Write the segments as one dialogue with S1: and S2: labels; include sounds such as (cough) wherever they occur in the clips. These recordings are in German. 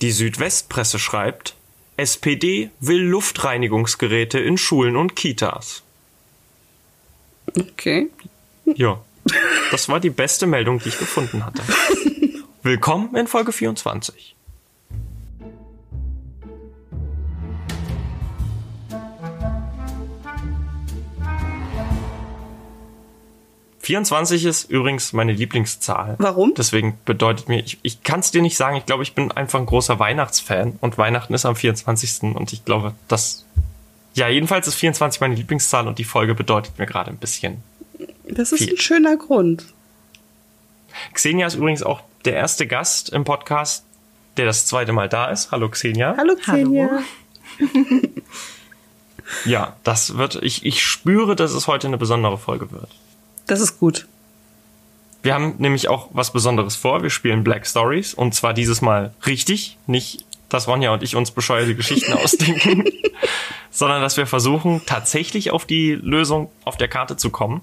S1: Die Südwestpresse schreibt, SPD will Luftreinigungsgeräte in Schulen und Kitas.
S2: Okay.
S1: Ja, das war die beste Meldung, die ich gefunden hatte. Willkommen in Folge 24. Vierundzwanzig ist übrigens meine Lieblingszahl.
S2: Warum?
S1: Deswegen bedeutet mir, ich, ich kann es dir nicht sagen, ich glaube, ich bin einfach ein großer Weihnachtsfan und Weihnachten ist am 24. und ich glaube, das. Ja, jedenfalls ist 24 meine Lieblingszahl und die Folge bedeutet mir gerade ein bisschen
S2: Das ist
S1: Viel.
S2: ein schöner Grund.
S1: Xenia ist übrigens auch der erste Gast im Podcast, der das zweite Mal da ist. Hallo Xenia.
S2: Hallo, Xenia.
S3: Hallo.
S1: Ja, das wird, ich, ich spüre, dass es heute eine besondere Folge wird.
S2: Das ist gut.
S1: Wir haben nämlich auch was Besonderes vor. Wir spielen Black Stories und zwar dieses Mal richtig, nicht, dass Ronja und ich uns bescheuerte Geschichten ausdenken, sondern dass wir versuchen, tatsächlich auf die Lösung auf der Karte zu kommen.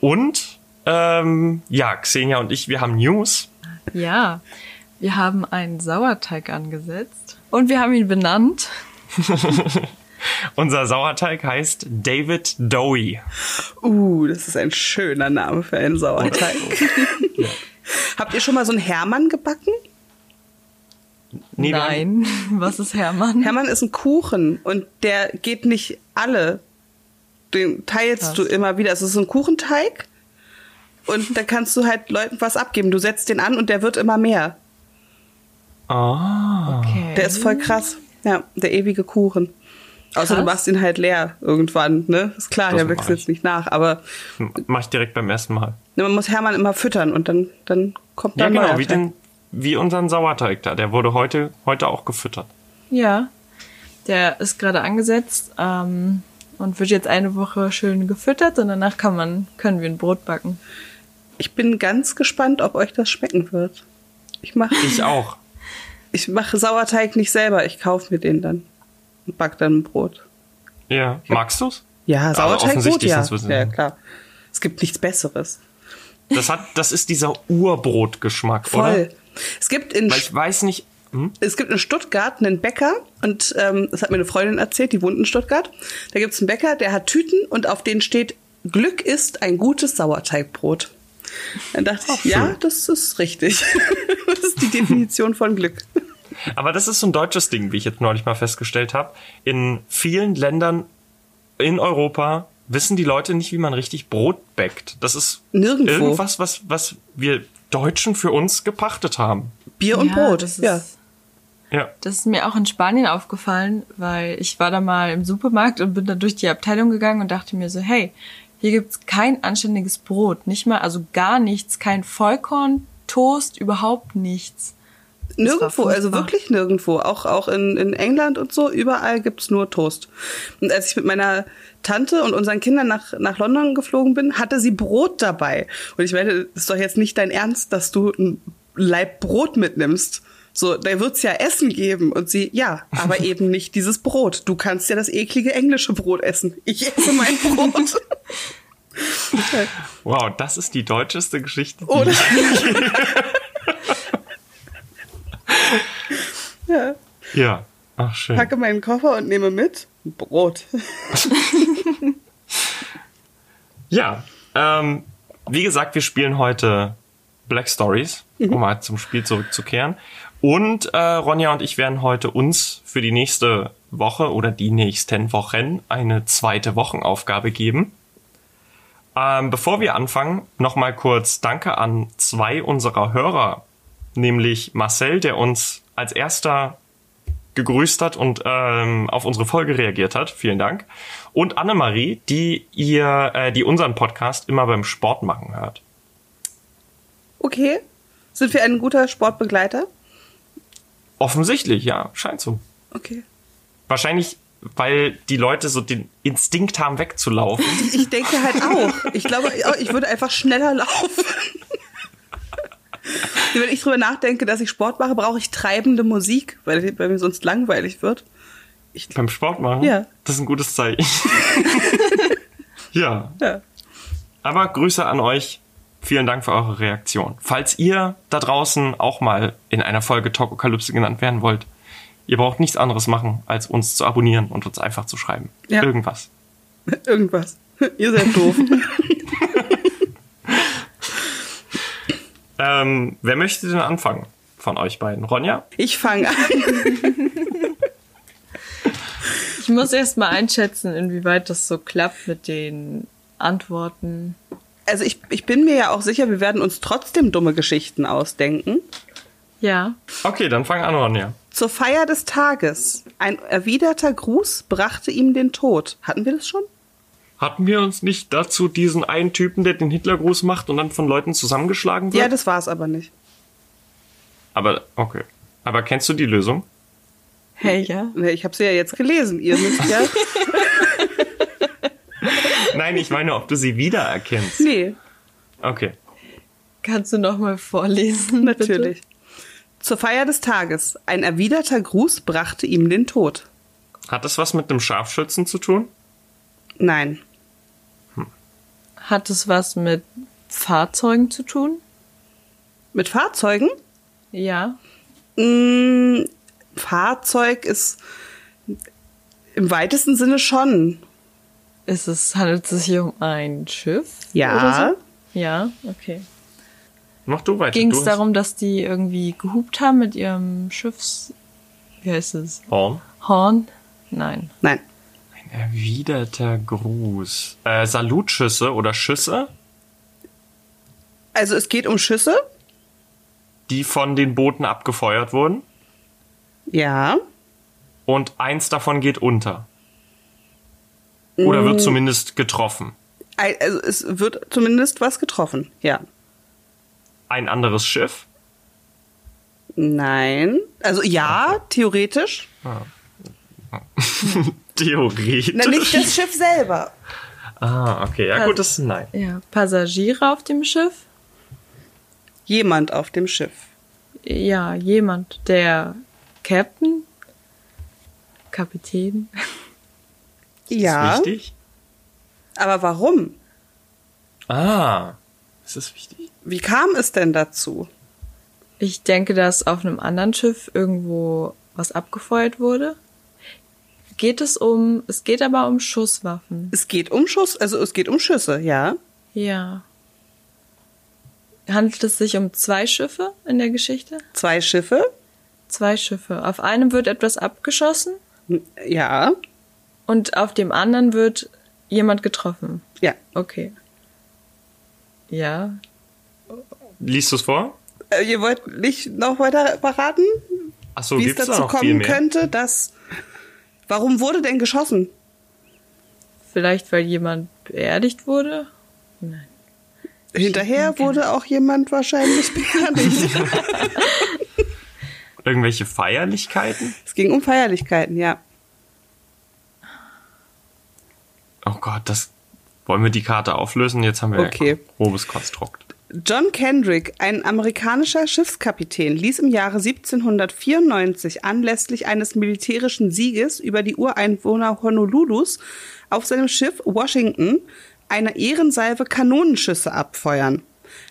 S1: Und ähm, ja, Xenia und ich, wir haben News.
S3: Ja, wir haben einen Sauerteig angesetzt und wir haben ihn benannt.
S1: Unser Sauerteig heißt David Dowie.
S2: Uh, das ist ein schöner Name für einen
S1: Oh,
S2: Sauerteig. (laughs) Habt ihr schon mal so einen Hermann gebacken?
S1: Nee, wir haben-
S3: Nein, (laughs) was ist Hermann?
S2: Hermann ist ein Kuchen und der geht nicht alle. Den teilst
S3: Krass.
S2: du immer wieder. Es ist ein Kuchenteig und da kannst du halt Leuten was abgeben. Du setzt den an und der wird immer mehr.
S1: Ah.
S3: Okay.
S2: Der ist voll krass. Ja, der ewige Kuchen. Außer du
S3: Krass.
S2: machst ihn halt leer irgendwann, ne? Ist klar,
S1: Das
S2: der
S1: mach
S2: wächst
S1: ich.
S2: jetzt nicht nach, aber
S1: Mach ich direkt beim ersten Mal.
S2: ne, man muss Hermann immer füttern und dann, dann kommt
S1: Ja,
S2: dann
S1: genau, wie, den, wie unseren Sauerteig da. Der wurde heute, heute auch gefüttert.
S3: Ja, der ist gerade angesetzt ähm, und wird jetzt eine Woche schön gefüttert und danach kann man, können wir ein Brot backen.
S2: Ich bin ganz gespannt, ob euch das schmecken wird. Ich mache
S1: Ich auch.
S2: ich mache Sauerteig nicht selber, ich kaufe mir den dann und back dann ein Brot.
S1: Ja. Magst du's?
S2: Ja,
S1: Aber
S2: Sauerteigbrot,
S1: offensichtlich,
S2: ja.
S1: sonst wissen wir
S2: Ja,
S1: nicht.
S2: klar. Es gibt nichts Besseres.
S1: Das hat, das ist dieser Urbrotgeschmack,
S2: Voll.
S1: oder?
S2: Es gibt in
S1: Weil ich weiß nicht, hm?
S2: es gibt in Stuttgart einen Bäcker und ähm, das hat mir eine Freundin erzählt, die wohnt in Stuttgart. Da gibt's einen Bäcker, der hat Tüten und auf denen steht, Glück ist ein gutes Sauerteigbrot. Dann dachte ich, ja, das ist richtig. (laughs) das ist die Definition von Glück.
S1: Aber das ist so ein deutsches Ding, wie ich jetzt neulich mal festgestellt habe. In vielen Ländern in Europa wissen die Leute nicht, wie man richtig Brot bäckt. Das ist
S2: Nirgendwo.
S1: irgendwas, was, was wir Deutschen für uns gepachtet haben.
S2: Bier und
S3: ja,
S2: Brot.
S3: Das ist,
S2: ja.
S1: Ja.
S3: Das ist mir auch in Spanien aufgefallen, weil ich war da mal im Supermarkt und bin dann durch die Abteilung gegangen und dachte mir so, hey, hier gibt's kein anständiges Brot, nicht mal, also gar nichts, kein Vollkorn, Toast, überhaupt nichts. war
S2: Nirgendwo, also
S3: furchtbar.
S2: wirklich nirgendwo. Auch, auch in, in England und so, überall gibt's nur Toast. Und als ich mit meiner Tante und unseren Kindern nach, nach London geflogen bin, hatte sie Brot dabei. Und ich meine, das ist doch jetzt nicht dein Ernst, dass du ein Leib Brot mitnimmst. So, da wird's ja Essen geben. Und sie, ja, (laughs) aber eben nicht dieses Brot. Du kannst ja das eklige englische Brot essen. Ich esse mein (laughs) Brot.
S1: Wow, das ist die deutscheste Geschichte, die
S2: Oder?
S1: ich
S2: (laughs) ja,
S1: Ja. Ach, schön.
S2: packe meinen Koffer und nehme mit Brot.
S1: Ja. Ähm, wie gesagt, wir spielen heute Black Stories, um mal zum Spiel zurückzukehren. Und äh, Ronja und ich werden heute uns für die nächste Woche oder die nächsten Wochen eine zweite Wochenaufgabe geben. Ähm, bevor wir anfangen, nochmal kurz Danke an zwei unserer Hörer, nämlich Marcel, der uns als erster gegrüßt hat und ähm, auf unsere Folge reagiert hat. Vielen Dank. Und Annemarie, die ihr, äh, die unseren Podcast immer beim Sport machen hört.
S2: Okay. Sind wir ein guter Sportbegleiter?
S1: Offensichtlich, ja, scheint so.
S2: Okay.
S1: Wahrscheinlich, weil die Leute so den Instinkt haben, wegzulaufen.
S2: Ich denke halt auch. Ich glaube, ich würde einfach schneller laufen. Wenn ich drüber nachdenke, dass ich Sport mache, brauche ich treibende Musik, weil, weil mir sonst langweilig wird.
S1: beim Sport machen?
S2: Ja.
S1: Das ist ein gutes Zeichen. (laughs) ja,
S2: Ja.
S1: aber Grüße an euch. Vielen Dank für eure Reaktion. Falls ihr da draußen auch mal in einer Folge Tokokalypse genannt werden wollt, ihr braucht nichts anderes machen, als uns zu abonnieren und uns einfach zu schreiben.
S2: Ja.
S1: Irgendwas.
S2: Irgendwas. Ihr seid doof.
S1: Ähm, wer möchte denn anfangen von euch beiden? Ronja?
S2: Ich fange an.
S3: Ich muss erst mal einschätzen, inwieweit das so klappt mit den Antworten.
S2: Also ich, ich bin mir ja auch sicher, wir werden uns trotzdem dumme Geschichten ausdenken.
S3: Ja.
S1: Okay, dann fang an, Ronja.
S2: Zur Feier des Tages. Ein erwiderter Gruß brachte ihm den Tod. Hatten wir das schon?
S1: Hatten wir uns nicht dazu diesen einen Typen, der den Hitlergruß macht und dann von Leuten zusammengeschlagen wird?
S2: Ja, das war es aber nicht.
S1: Aber, okay. Aber kennst du die Lösung?
S3: Hey, ja.
S2: Nee, Ich habe sie ja jetzt gelesen. Ihr müsst ja.
S1: Nein, ich meine, ob du sie wiedererkennst.
S2: Nee,
S1: Okay.
S3: Kannst du noch mal vorlesen? bitte?
S2: natürlich. Zur Feier des Tages. Ein erwiderter Gruß brachte ihm den Tod.
S1: Hat das was mit einem Scharfschützen zu tun?
S2: Nein.
S3: Hat es was mit Fahrzeugen zu tun?
S2: Mit Fahrzeugen?
S3: Ja.
S2: Mm, Fahrzeug ist im weitesten Sinne schon.
S3: Ist es, handelt es sich um ein Schiff?
S2: Ja.
S3: Oder so? Ja, okay.
S1: Mach du weiter.
S3: Ging
S1: du
S3: es
S1: hast-
S3: darum, dass die irgendwie gehupt haben mit ihrem Schiffs... Wie heißt es?
S1: Horn.
S3: Horn? Nein.
S2: Nein.
S1: Ein erwiderter Gruß. Äh, Salutschüsse oder Schüsse,
S2: Also es geht um Schüsse.
S1: die von den Booten abgefeuert wurden.
S2: Ja.
S1: Und eins davon geht unter. Oder
S2: Mm.
S1: wird zumindest getroffen.
S2: Ei- Also es wird zumindest was getroffen. Ja.
S1: Ein anderes Schiff. (laughs)
S2: Nein. Also ja, theoretisch.
S1: Theoretisch.
S2: Na,
S1: (laughs)
S2: nicht das Ähm, Schiff selber.
S1: Ah, okay. Ja, gut, das ist ein Nein.
S3: Ja. Passagiere auf dem Schiff?
S2: Jemand auf dem Schiff.
S3: Ja, jemand. Der Captain? Kapitän?
S2: Ja.
S1: Ist das wichtig?
S2: Aber warum?
S1: Ah. Ist das wichtig?
S2: Wie kam es denn dazu?
S3: Ich denke, dass auf einem anderen Schiff irgendwo was abgefeuert wurde. Geht es um, es geht aber um Schusswaffen.
S2: Es geht um Schuss, also es geht um Schüsse, ja.
S3: Ja. Handelt es sich um zwei Schiffe in der Geschichte?
S2: Zwei Schiffe,
S3: Zwei Schiffe. Auf einem wird etwas abgeschossen
S2: ja,
S3: und auf dem anderen wird jemand getroffen.
S2: ja.
S3: Okay. Ja.
S1: Liest du es vor?
S2: Äh, ihr wollt nicht noch weiter verraten,
S1: Achso,
S2: wie es
S1: gibt es da
S2: dazu
S1: noch viel
S2: kommen
S1: mehr?
S2: könnte, dass. Warum wurde denn geschossen?
S3: Vielleicht, weil jemand beerdigt wurde?
S2: Hinterher wurde auch jemand wahrscheinlich (laughs) beerdigt.
S1: Irgendwelche Feierlichkeiten?
S2: es ging um Feierlichkeiten, ja.
S1: Oh Gott, das. Wollen wir die Karte auflösen? Jetzt haben wir
S2: Okay.
S1: ein grobes Konstrukt.
S2: John Kendrick, ein amerikanischer Schiffskapitän, ließ im Jahre 1794 anlässlich eines militärischen Sieges über die Ureinwohner Honolulus auf seinem Schiff Washington eine Ehrensalve Kanonenschüsse abfeuern.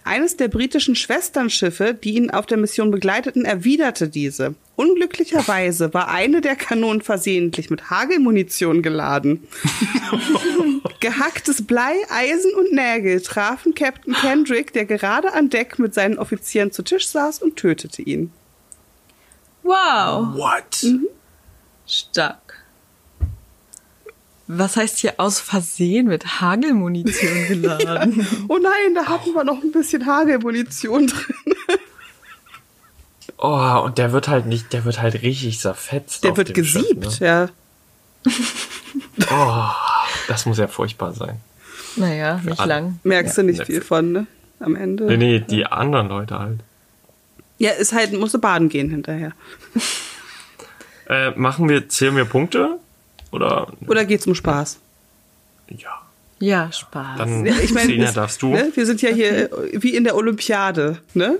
S2: Eines der britischen Schwesternschiffe, die ihn auf der Mission begleiteten, erwiderte diese. Unglücklicherweise war eine der Kanonen versehentlich mit Hagelmunition geladen. Gehacktes Blei, Eisen und Nägel trafen Captain Kendrick, der gerade an Deck mit seinen Offizieren zu Tisch saß und tötete ihn.
S3: Wow.
S1: What?
S2: Mhm.
S3: Stark. Was heißt hier aus Versehen mit
S2: (laughs)
S3: Hagelmunition geladen?
S2: Oh nein, da hatten wir noch ein bisschen Hagelmunition drin.
S1: Oh, und der wird halt nicht, der wird halt richtig zerfetzt.
S2: Der
S1: auf
S2: wird
S1: dem Schiff,
S2: gesiebt, ja.
S1: ne? Das muss ja furchtbar sein.
S3: naja, nicht
S1: alle.
S3: lang.
S2: Merkst du nicht
S1: nett.
S2: viel von, ne? Am Ende.
S1: Nee, nee, die anderen Leute halt.
S2: Ja, ist halt, musste baden gehen hinterher.
S1: Äh, machen wir, zählen wir Punkte? Oder,
S2: Oder geht's um Spaß?
S1: ja.
S3: Ja, Spaß.
S1: Dann,
S2: Ja, Ich meine,
S1: Xenia,
S2: das-
S1: darfst du?
S2: Ne? Wir sind ja hier äh, wie in der Olympiade, ne?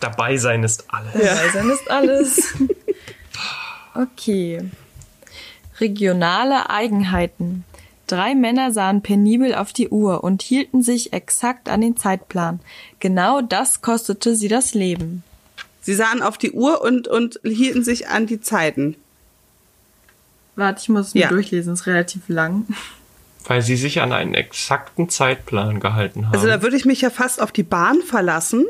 S1: Dabei sein ist alles.
S3: Dabei sein ist alles. (laughs) Okay. Regionale Eigenheiten. Drei Männer sahen penibel auf die Uhr und hielten sich exakt an den Zeitplan. Genau das kostete sie das Leben.
S2: Sie sahen auf die Uhr und, und hielten sich an die Zeiten.
S3: Warte, ich muss es mir
S2: Ja.
S3: durchlesen, ist relativ lang.
S1: Weil sie sich an einen exakten Zeitplan gehalten haben.
S2: Also da würde ich mich ja fast auf die Bahn verlassen.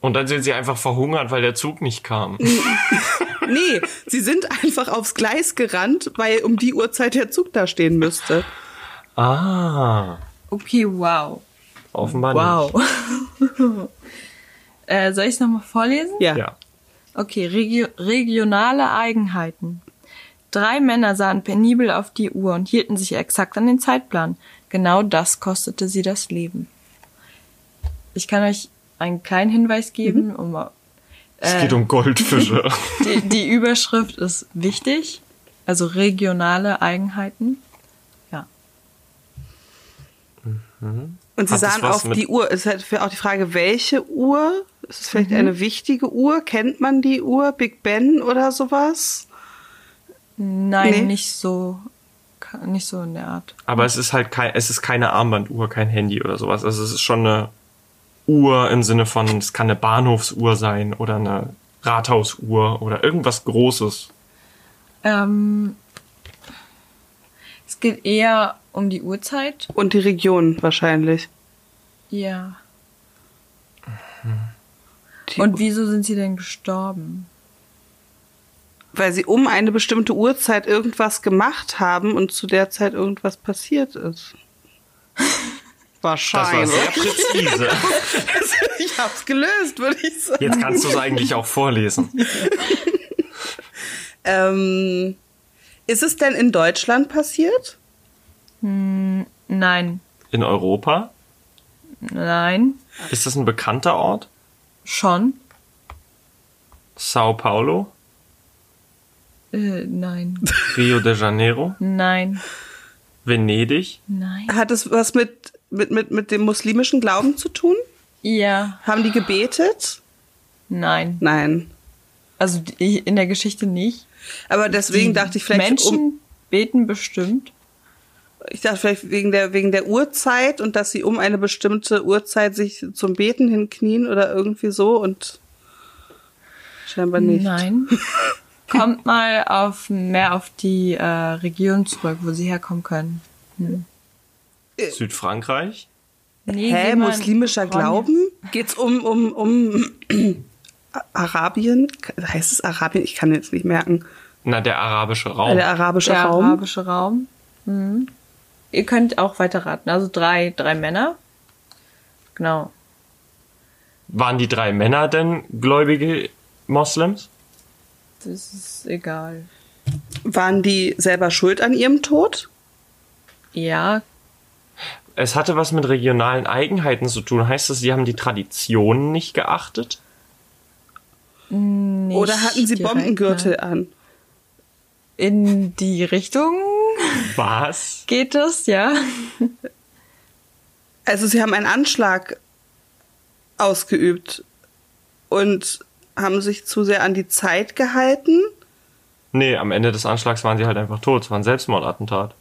S1: und dann sind sie einfach verhungert, weil der Zug nicht kam.
S2: Mhm. Nee, sie sind einfach aufs Gleis gerannt, weil um die Uhrzeit der Zug da stehen müsste.
S1: ah,
S3: Okay, wow.
S1: offenbar
S3: Wow. äh, soll ich es nochmal vorlesen?
S2: Ja.
S1: nicht. Ja.
S3: Okay, regio regionale Eigenheiten. Drei Männer sahen penibel auf die Uhr und hielten sich exakt an den Zeitplan. Genau das kostete sie das Leben. Ich kann euch einen kleinen Hinweis geben,
S2: Mhm.
S3: um
S1: Es geht um Goldfische.
S3: die, die Überschrift ist wichtig, also regionale Eigenheiten. Ja.
S2: Und sie
S1: Hat das
S2: sahen
S1: was
S2: auf
S1: mit-
S2: die Uhr. Es ist halt für- auch die Frage, welche Uhr? Ist es
S3: Mhm.
S2: vielleicht eine wichtige Uhr? Kennt man die Uhr? Big Ben oder sowas?
S3: Nein,
S2: Nee.
S3: nicht so, nicht so in der Art.
S1: Aber es ist halt kein, es ist keine Armbanduhr, kein Handy oder sowas. Also es ist schon eine Uhr im Sinne von, es kann eine Bahnhofsuhr sein oder eine Rathausuhr oder irgendwas Großes.
S3: Ähm, es geht eher um die Uhrzeit.
S2: Und die Region wahrscheinlich.
S3: Ja.
S2: Die
S3: Und wieso sind sie denn gestorben?
S2: weil sie um eine bestimmte Uhrzeit irgendwas gemacht haben und zu der Zeit irgendwas passiert
S3: (laughs)
S2: ist.
S1: Das war
S2: Wahrscheinlich.
S1: sehr
S2: (laughs)
S1: präzise.
S2: ich hab's gelöst, würde ich sagen.
S1: Jetzt kannst du es eigentlich auch vorlesen.
S2: Ähm, ist es denn in Deutschland passiert?
S3: Hm, nein,
S1: In Europa?
S3: nein,
S1: Ist das ein bekannter Ort?
S3: schon,
S1: Sao Paulo?
S3: äh, nein,
S2: (laughs)
S1: Rio de Janeiro?
S3: nein,
S1: Venedig?
S3: nein.
S2: Hat es was mit, mit, mit, mit dem muslimischen Glauben zu tun?
S3: Ja,
S2: Haben die gebetet?
S3: nein.
S2: Nein.
S3: Also die- in der Geschichte nicht.
S2: Aber deswegen dachte ich vielleicht
S3: Menschen
S2: Um,
S3: beten bestimmt.
S2: ich dachte vielleicht wegen der wegen der Uhrzeit und dass sie um eine bestimmte Uhrzeit sich zum Beten hinknien oder irgendwie so und scheinbar nicht. (laughs)
S3: Nein. Kommt mal auf mehr auf die äh, Region zurück, wo sie herkommen können.
S1: Südfrankreich?
S3: Nee,
S2: Hä,
S3: geh mal-
S2: muslimischer
S3: Ronja.
S2: Glauben? Geht's um, um, um Arabien? Heißt es Arabien? Ich kann jetzt nicht merken.
S1: Na, der arabische Raum.
S2: Der arabische
S3: Der
S2: Raum.
S3: arabische Raum. Mhm. Ihr könnt auch weiter raten. Also drei, drei Männer. Genau.
S1: Waren die drei Männer denn gläubige Moslems?
S3: Das ist egal.
S2: Waren die selber schuld an ihrem Tod?
S3: Ja,
S1: Es hatte was mit regionalen Eigenheiten zu tun. Heißt das, sie haben die Traditionen nicht geachtet?
S3: nicht
S2: Oder hatten sie
S3: direkt,
S2: Bombengürtel
S3: ne?
S2: an?
S3: In die Richtung
S1: Was?
S3: geht es, ja.
S2: Also sie haben einen Anschlag ausgeübt und haben sich zu sehr an die Zeit gehalten.
S1: Nee, am Ende des Anschlags waren sie halt einfach tot. Es war ein Selbstmordattentat.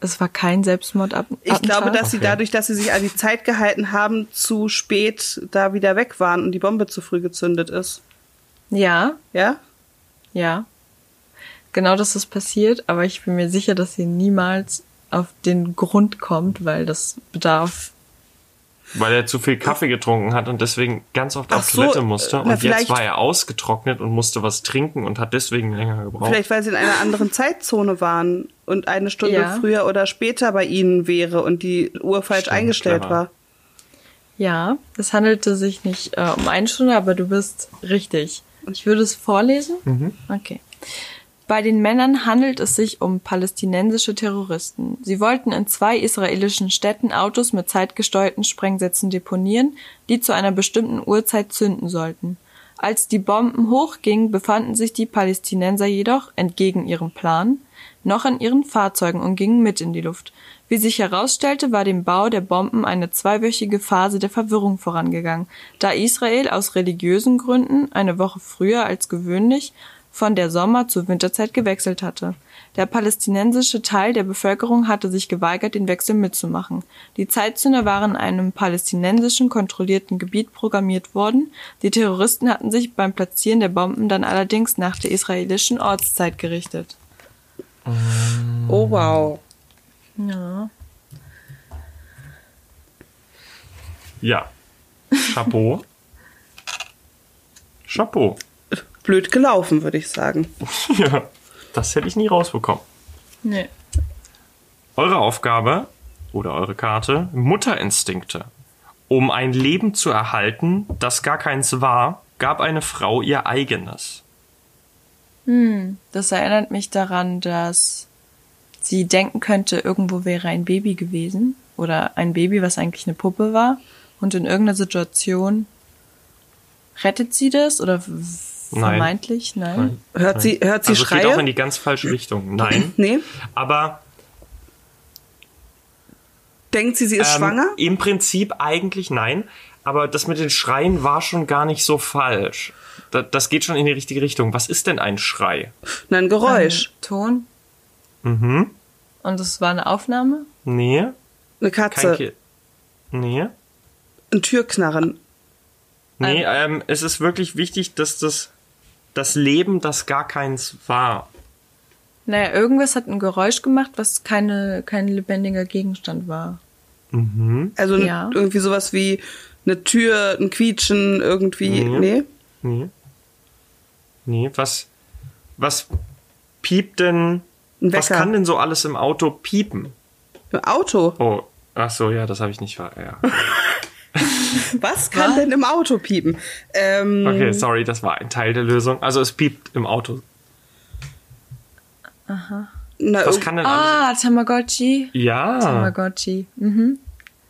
S3: Es war kein Selbstmordattentat.
S2: Ich glaube, dass sie
S1: Okay.
S2: dadurch, dass sie sich an die Zeit gehalten haben, zu spät da wieder weg waren und die Bombe zu früh gezündet ist.
S3: Ja,
S2: Ja?
S3: ja. Genau das ist passiert, aber ich bin mir sicher, dass ihr niemals auf den Grund kommt, weil das bedarf.
S1: Weil er zu viel Kaffee getrunken hat und deswegen ganz oft
S2: Ach
S1: auf
S2: so,
S1: Toilette musste.
S2: äh, na,
S1: Und jetzt
S2: vielleicht-
S1: war er ausgetrocknet und musste was trinken und hat deswegen länger gebraucht.
S2: Vielleicht, weil sie in einer anderen Zeitzone waren und eine Stunde
S3: Ja.
S2: früher oder später bei ihnen wäre und die Uhr falsch
S1: Stimmt,
S2: eingestellt
S1: clever.
S2: war.
S3: Ja, es handelte sich nicht äh, um eine Stunde, aber du bist richtig. Ich würde es vorlesen. Okay. Bei den Männern handelt es sich um palästinensische Terroristen. Sie wollten in zwei israelischen Städten Autos mit zeitgesteuerten Sprengsätzen deponieren, die zu einer bestimmten Uhrzeit zünden sollten. Als die Bomben hochgingen, befanden sich die Palästinenser jedoch, entgegen ihrem Plan, noch in ihren Fahrzeugen und gingen mit in die Luft. Wie sich herausstellte, war dem Bau der Bomben eine zweiwöchige Phase der Verwirrung vorangegangen, da Israel aus religiösen Gründen eine Woche früher als gewöhnlich von der Sommer- zur Winterzeit gewechselt hatte. Der palästinensische Teil der Bevölkerung hatte sich geweigert, den Wechsel mitzumachen. Die Zeitzünder waren in einem palästinensischen kontrollierten Gebiet programmiert worden. Die Terroristen hatten sich beim Platzieren der Bomben dann allerdings nach der israelischen Ortszeit gerichtet.
S2: Oh, wow.
S3: Ja.
S1: Ja.
S2: (laughs)
S1: Chapeau. Chapeau. (laughs)
S2: Blöd gelaufen, würde ich sagen.
S1: Ja. Das hätte ich nie rausbekommen.
S3: Nee.
S1: Eure Aufgabe oder eure Karte, Mutterinstinkte. Um ein Leben zu erhalten, das gar keins war, gab eine Frau ihr eigenes.
S3: Das erinnert mich daran, dass sie denken könnte, irgendwo wäre ein Baby gewesen oder ein Baby, was eigentlich eine Puppe war und in irgendeiner Situation rettet sie das oder v-
S1: Nein.
S3: vermeintlich, nein.
S2: Hört sie, hört sie
S1: also es geht auch
S2: Schreie?
S1: in die ganz falsche Richtung. Nein.
S2: (laughs) Nee.
S1: Aber
S2: Denkt sie, sie ist
S1: ähm,
S2: schwanger?
S1: im Prinzip eigentlich nein. Aber das mit den Schreien war schon gar nicht so falsch. Da, das geht schon in die richtige Richtung. Was ist denn ein Schrei?
S2: Nein, Geräusch.
S3: Ein Ton. Mhm.
S1: Mhm.
S3: Und es war eine Aufnahme?
S1: Nee.
S2: Eine
S1: Kein
S2: Katze.
S1: Ki Nee.
S2: Ein Türknarren.
S1: Nee, ähm, es ist wirklich wichtig, dass das, das Leben, das gar keins war.
S3: Naja, irgendwas hat ein Geräusch gemacht, was keine, kein lebendiger Gegenstand war.
S2: Also n-
S3: Ja.
S2: irgendwie sowas wie eine Tür, ein Quietschen, irgendwie.
S1: Mhm.
S2: Nee.
S1: Nee. Nee, was, was piept denn,
S2: Ein
S1: was
S2: Wecker.
S1: kann denn so alles im Auto piepen?
S2: Im Auto.
S1: Oh, ach so, ja, das habe ich nicht ver,
S2: (laughs)
S1: ja.
S2: Was kann denn im Auto piepen? Ähm,
S1: Okay, sorry, das war ein Teil der Lösung. Also es piept im Auto.
S2: na, oh,
S1: Was
S2: irg-
S1: kann denn alles?
S3: Ah, Tamagotchi.
S1: Ja.
S3: Tamagotchi. Mhm.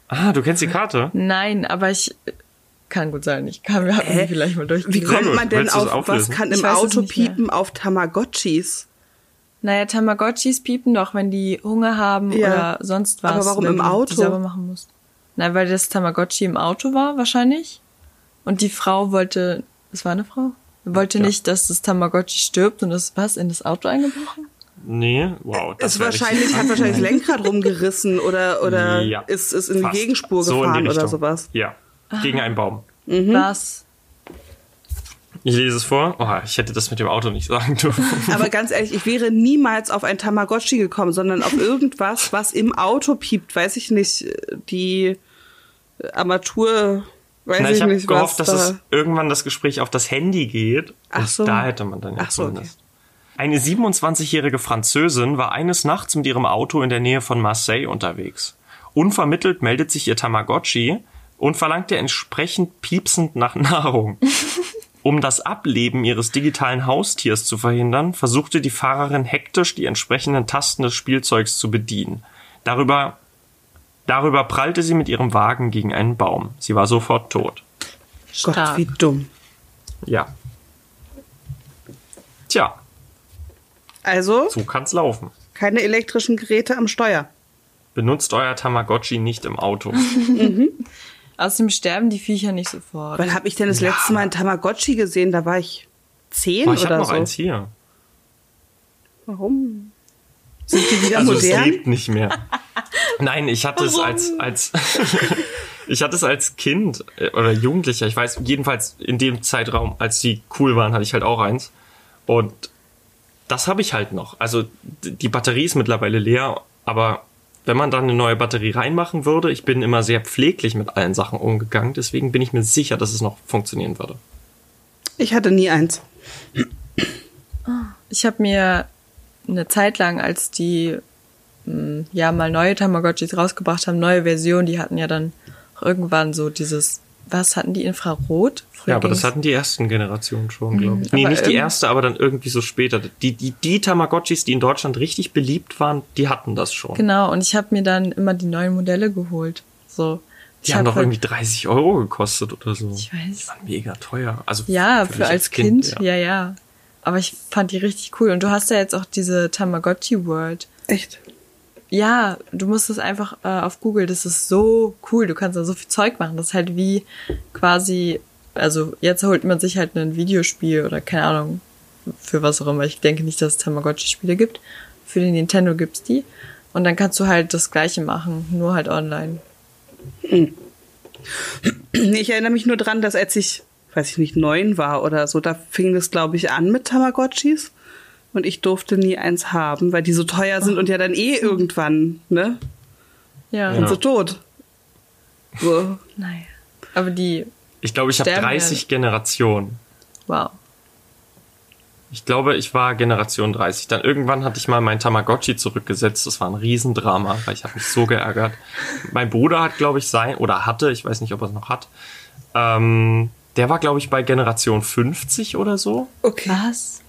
S1: Ah, du kennst die Karte?
S3: Nein, aber ich kann gut sein. Ich kann, wir hatten die vielleicht mal durch.
S2: Wie kommt
S1: gut.
S2: man denn
S1: Willst du's
S2: auf, was
S1: auflösen?
S2: kann
S3: Ich
S2: im
S3: weiß es
S2: Auto
S3: nicht mehr.
S2: piepen auf Tamagotchis?
S3: Naja, Tamagotchis piepen doch, wenn die Hunger haben
S2: Ja.
S3: oder sonst was.
S2: Aber warum
S3: wenn
S2: im
S3: du
S2: Auto?
S3: Die selber machen musst. Na, weil das Tamagotchi im Auto war, wahrscheinlich. Und die Frau wollte, es war eine Frau, wollte nicht, dass das Tamagotchi stirbt und ist was in das Auto eingebrochen?
S1: Nee, wow. Das
S2: Ist
S1: wär richtig
S2: wahrscheinlich, hat wahrscheinlich das Lenkrad rumgerissen oder, oder
S1: Ja,
S2: ist, ist in die
S1: fast.
S2: Gegenspur
S1: So in die
S2: gefahren oder
S1: Richtung.
S2: sowas. Ah.
S1: Ja, gegen einen Baum.
S2: Mhm.
S3: Was?
S1: Ich lese es vor. Oh, ich hätte das mit dem Auto nicht sagen
S2: (laughs)
S1: dürfen. (laughs)
S2: Aber ganz ehrlich, ich wäre niemals auf ein Tamagotchi gekommen, sondern auf irgendwas, was im Auto piept. Weiß ich nicht, die äh, Armatur, weiß
S1: Na,
S2: ich,
S1: ich habe
S2: nicht,
S1: gehofft,
S2: was
S1: dass
S2: da.
S1: es irgendwann das Gespräch auf das Handy geht.
S2: Ach
S1: und
S2: so.
S1: Da hätte man dann ja
S2: Ach so,
S1: zumindest. Eine 27-jährige Französin war eines Nachts mit ihrem Auto in der Nähe von Marseille unterwegs. Unvermittelt meldet sich ihr Tamagotchi und verlangt ihr entsprechend piepsend nach (laughs) Nahrung. Um das Ableben ihres digitalen Haustiers zu verhindern, versuchte die Fahrerin hektisch die entsprechenden Tasten des Spielzeugs zu bedienen. Darüber, darüber prallte sie mit ihrem Wagen gegen einen Baum. Sie war sofort tot.
S2: Gott,
S3: Stark.
S2: wie dumm.
S1: Ja. Tja,
S2: Also,
S1: so kann's laufen.
S2: keine elektrischen Geräte am Steuer.
S1: Benutzt euer Tamagotchi nicht im
S2: (laughs)
S1: Auto.
S3: Außerdem sterben die Viecher nicht sofort.
S2: Wann habe ich denn das letzte Mal ein Tamagotchi gesehen? Da war ich zehn
S1: Oh, ich habe
S2: oder
S1: noch
S2: so.
S1: eins hier.
S2: Warum? Sind die wieder
S1: Also es
S2: modern?
S1: lebt nicht
S2: (laughs)
S1: mehr. Nein, ich hatte es
S3: Warum?
S1: als als (laughs) ich hatte es als Kind äh, oder Jugendlicher. Ich weiß jedenfalls in dem Zeitraum, als die cool waren, hatte ich halt auch eins. Und das habe ich halt noch. Also d- die Batterie ist mittlerweile leer, aber wenn man da eine neue Batterie reinmachen würde, ich bin immer sehr pfleglich mit allen Sachen umgegangen, deswegen bin ich mir sicher, dass es noch funktionieren würde.
S2: Ich hatte nie eins.
S3: Ich habe mir eine Zeit lang, als die mh, ja mal neue Tamagotchis rausgebracht haben, neue Versionen, die hatten ja dann auch irgendwann so dieses, was hatten die Infrarot? Früher
S1: Ja, aber das
S3: ging's-
S1: hatten die ersten Generationen schon, glaube ich. Nee,
S3: Mhm. aber ähm,
S1: nicht die
S3: irgend-
S1: erste, aber dann irgendwie so später. Die, die, die Tamagotchis, die in Deutschland richtig beliebt waren, die hatten das schon.
S3: Genau, und ich habe mir dann immer die neuen Modelle geholt. So.
S1: Die
S3: ich
S1: haben
S3: hab
S1: doch
S3: halt-
S1: irgendwie 30 Euro gekostet oder so.
S3: Ich weiß.
S1: Die waren mega teuer. Also
S3: Ja,
S1: mich
S3: für, als Kind,
S1: ja.
S3: ja. ja, Aber ich fand die richtig cool. Und du hast ja jetzt auch diese Tamagotchi World.
S2: Echt?
S3: Ja, du musst es einfach äh, auf Google, das ist so cool, du kannst da so viel Zeug machen. Das ist halt wie quasi, also jetzt holt man sich halt ein Videospiel oder keine Ahnung, für was auch immer. Ich denke nicht, dass es Tamagotchi-Spiele gibt. Für den Nintendo gibt's die. Und dann kannst du halt das Gleiche machen, nur halt online.
S2: Nee, Ich erinnere mich nur dran, dass als ich, weiß ich nicht, neun war oder so, da fing das, glaube ich, an mit Tamagotchis. Und ich durfte nie eins haben, weil die so teuer sind und ja dann eh irgendwann, ne?
S3: Ja.
S1: Ja.
S2: Und so tot. So.
S3: Naja. Aber die,
S1: Ich glaube, ich habe
S3: Sterben
S1: 30 Generationen.
S3: wow.
S1: Ich glaube, ich war Generation 30. Dann irgendwann hatte ich mal mein Tamagotchi zurückgesetzt. Das war ein Riesendrama, weil ich habe mich so geärgert. Mein Bruder hat, glaube ich, sein, oder hatte, ich weiß nicht, ob er es noch hat, ähm, der war, glaube ich, bei Generation 50 oder so.
S2: Okay.
S3: Was?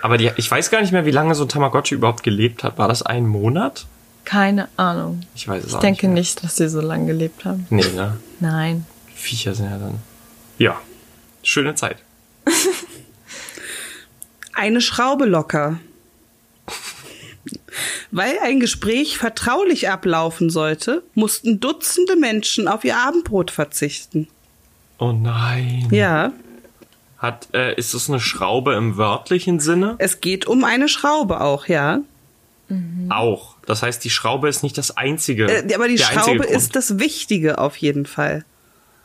S1: Aber die, ich weiß gar nicht mehr, wie lange so ein Tamagotchi überhaupt gelebt hat. War das ein Monat?
S3: Keine Ahnung.
S1: Ich weiß es
S3: Ich
S1: auch
S3: denke
S1: nicht.
S3: nicht, dass sie so lange gelebt haben.
S1: mehr. Nee, ne?
S3: Nein.
S1: Viecher sind ja dann. Ja. Schöne Zeit.
S2: Eine Schraube locker. Weil ein Gespräch vertraulich ablaufen sollte, mussten Dutzende Menschen auf ihr Abendbrot verzichten.
S1: Oh nein.
S2: Ja,
S1: Hat, äh, ist es eine Schraube im wörtlichen Sinne?
S2: es geht um eine Schraube auch, ja.
S1: Auch. Das heißt, die Schraube ist nicht das einzige.
S2: Äh, aber die
S1: der einzige
S2: Schraube
S1: Grund.
S2: ist das Wichtige auf jeden Fall.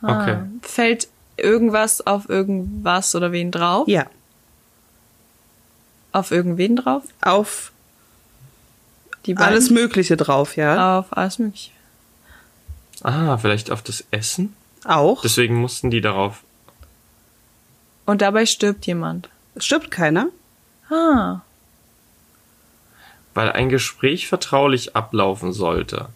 S1: Okay.
S3: Ah. Fällt irgendwas auf irgendwas oder wen drauf?
S2: Ja,
S3: Auf irgendwen drauf?
S2: auf
S3: Die beiden?
S2: alles Mögliche drauf, ja.
S3: Auf alles Mögliche.
S1: Ah, vielleicht auf das Essen?
S2: Auch.
S1: Deswegen mussten die darauf.
S3: Und dabei stirbt jemand.
S2: Stirbt keiner.
S3: Ah.
S1: Weil ein Gespräch vertraulich ablaufen sollte,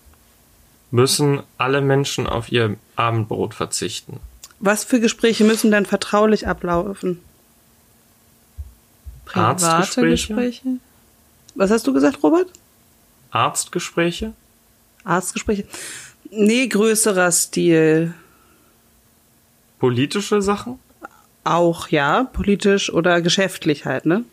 S1: müssen alle Menschen auf ihr Abendbrot verzichten.
S2: Was für Gespräche müssen denn vertraulich ablaufen?
S3: Private
S1: Arztgespräche?
S3: Gespräche?
S2: Was hast du gesagt, Robert?
S1: Arztgespräche?
S2: Arztgespräche? Nee, größerer Stil.
S1: Politische Sachen?
S2: Auch, ja, politisch oder geschäftlich halt, ne?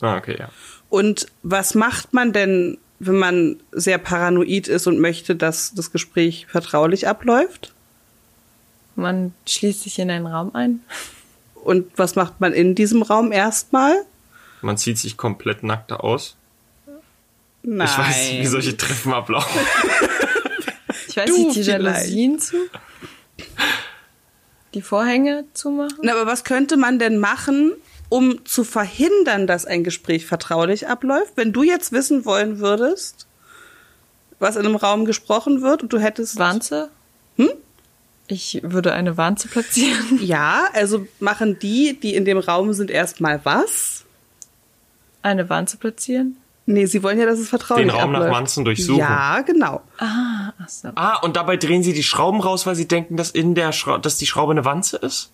S1: Ah, okay, ja.
S2: Und was macht man denn, wenn man sehr paranoid ist und möchte, dass das Gespräch vertraulich abläuft?
S3: Man schließt sich in einen Raum ein.
S2: Und was macht man in diesem Raum erstmal?
S1: Man zieht sich komplett nackt aus.
S2: Nein.
S1: Ich weiß nicht, wie solche Treffen ablaufen.
S3: Ich weiß
S2: Du
S3: nicht, die
S2: vielleicht.
S3: Jalousien zu? Die Vorhänge zumachen?
S2: Na, aber was könnte man denn machen, um zu verhindern, dass ein Gespräch vertraulich abläuft? Wenn du jetzt wissen wollen würdest, was in einem Raum gesprochen wird und du hättest.
S3: Wanze? Hm? Ich würde eine Wanze platzieren. (laughs)
S2: Ja, also machen die, die in dem Raum sind, erstmal was?
S3: Eine Wanze platzieren?
S2: Nee, sie wollen ja, dass es vertraulich
S1: Den
S2: abläuft.
S1: Raum nach Wanzen durchsuchen.
S2: Ja, genau.
S3: Ah, ach so.
S1: Ah, und dabei drehen sie die Schrauben raus, weil sie denken, dass in der Schra dass die Schraube eine Wanze ist?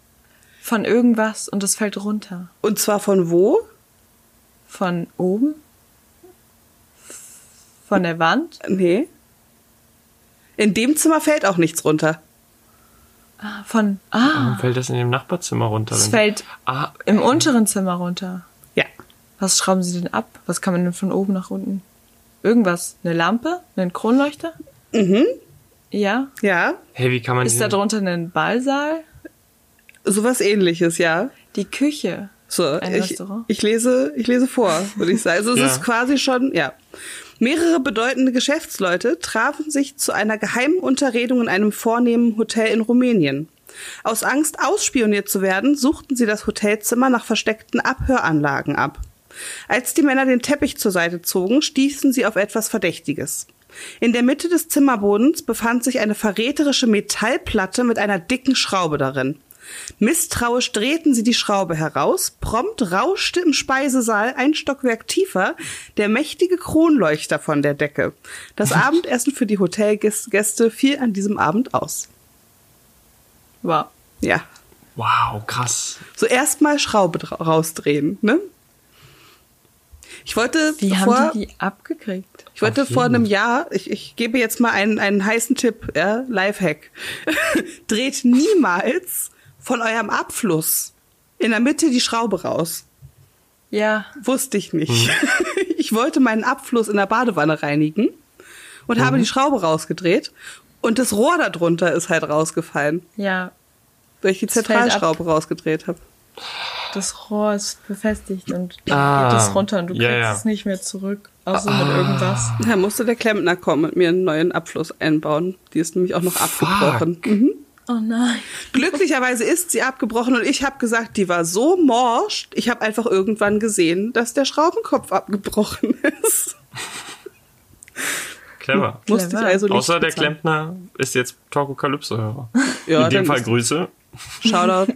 S3: Von irgendwas und es fällt runter.
S2: Und zwar von wo?
S3: Von oben? Von der Wand?
S2: Nee. In dem Zimmer fällt auch nichts runter.
S3: Ah, Von. Ah,
S1: Warum fällt das in dem Nachbarzimmer runter?
S3: es
S1: wenn-
S3: fällt
S1: Ah,
S3: im unteren Zimmer runter.
S2: Ja.
S3: Was schrauben sie denn ab? Was kann man denn von oben nach unten? Irgendwas? Eine Lampe? Einen Kronleuchter? Mhm. Ja.
S2: Ja.
S1: hey, wie kann man
S3: Ist da
S1: den-
S3: drunter ein Ballsaal?
S2: Sowas ähnliches, ja.
S3: Die Küche.
S2: So,
S3: Ein
S2: ich,
S3: Restaurant?
S2: ich lese, ich lese vor, würde ich sagen. Also es
S1: Ja.
S2: ist quasi schon, ja. Mehrere bedeutende Geschäftsleute trafen sich zu einer geheimen Unterredung in einem vornehmen Hotel in Rumänien. Aus Angst, ausspioniert zu werden, suchten sie das Hotelzimmer nach versteckten Abhöranlagen ab. Als die Männer den Teppich zur Seite zogen, stießen sie auf etwas Verdächtiges. In der Mitte des Zimmerbodens befand sich eine verräterische Metallplatte mit einer dicken Schraube darin. Misstrauisch drehten sie die Schraube heraus, prompt rauschte im Speisesaal ein Stockwerk tiefer der mächtige Kronleuchter von der Decke.
S3: (laughs)
S2: Das Abendessen für die Hotelgäste fiel an diesem Abend aus.
S3: Wow.
S2: Ja.
S1: Wow, krass.
S2: So erstmal Schraube dra- rausdrehen, ne? Ich wollte
S3: Wie
S2: vor,
S3: haben die die abgekriegt?
S2: ich wollte
S1: Auf
S2: vor
S1: jeden.
S2: einem Jahr, ich, ich gebe jetzt mal einen, einen heißen Tipp, ja, Lifehack. (laughs) Dreht niemals von eurem Abfluss in der Mitte die Schraube raus.
S3: Ja.
S2: Wusste ich nicht.
S3: Hm.
S2: (laughs) Ich wollte meinen Abfluss in der Badewanne reinigen und habe
S3: Hm.
S2: die Schraube rausgedreht und das Rohr darunter ist halt rausgefallen,
S3: Ja.
S2: weil ich die
S3: fällt ab.
S2: Zentralschraube rausgedreht habe.
S3: das Rohr ist befestigt und
S1: Ah.
S3: geht es runter und du
S1: Ja,
S3: kriegst
S1: ja. Ah.
S3: es nicht mehr zurück. Außer mit irgendwas.
S2: Da musste der Klempner kommen und mir einen neuen Abfluss einbauen. Die ist nämlich auch noch abgebrochen. Mhm.
S3: Oh nein.
S2: Glücklicherweise ist sie abgebrochen und ich habe gesagt, die war so morsch. Ich habe einfach irgendwann gesehen, dass der Schraubenkopf abgebrochen (laughs) ist.
S1: Clever.
S2: Musste ich also nicht
S1: Außer der
S2: bezahlen.
S1: Klempner ist jetzt Torkokalypse-Hörer.
S2: (laughs) Ja,
S1: In dem
S2: dann
S1: Fall
S2: ist-
S1: Grüße.
S2: Shoutout.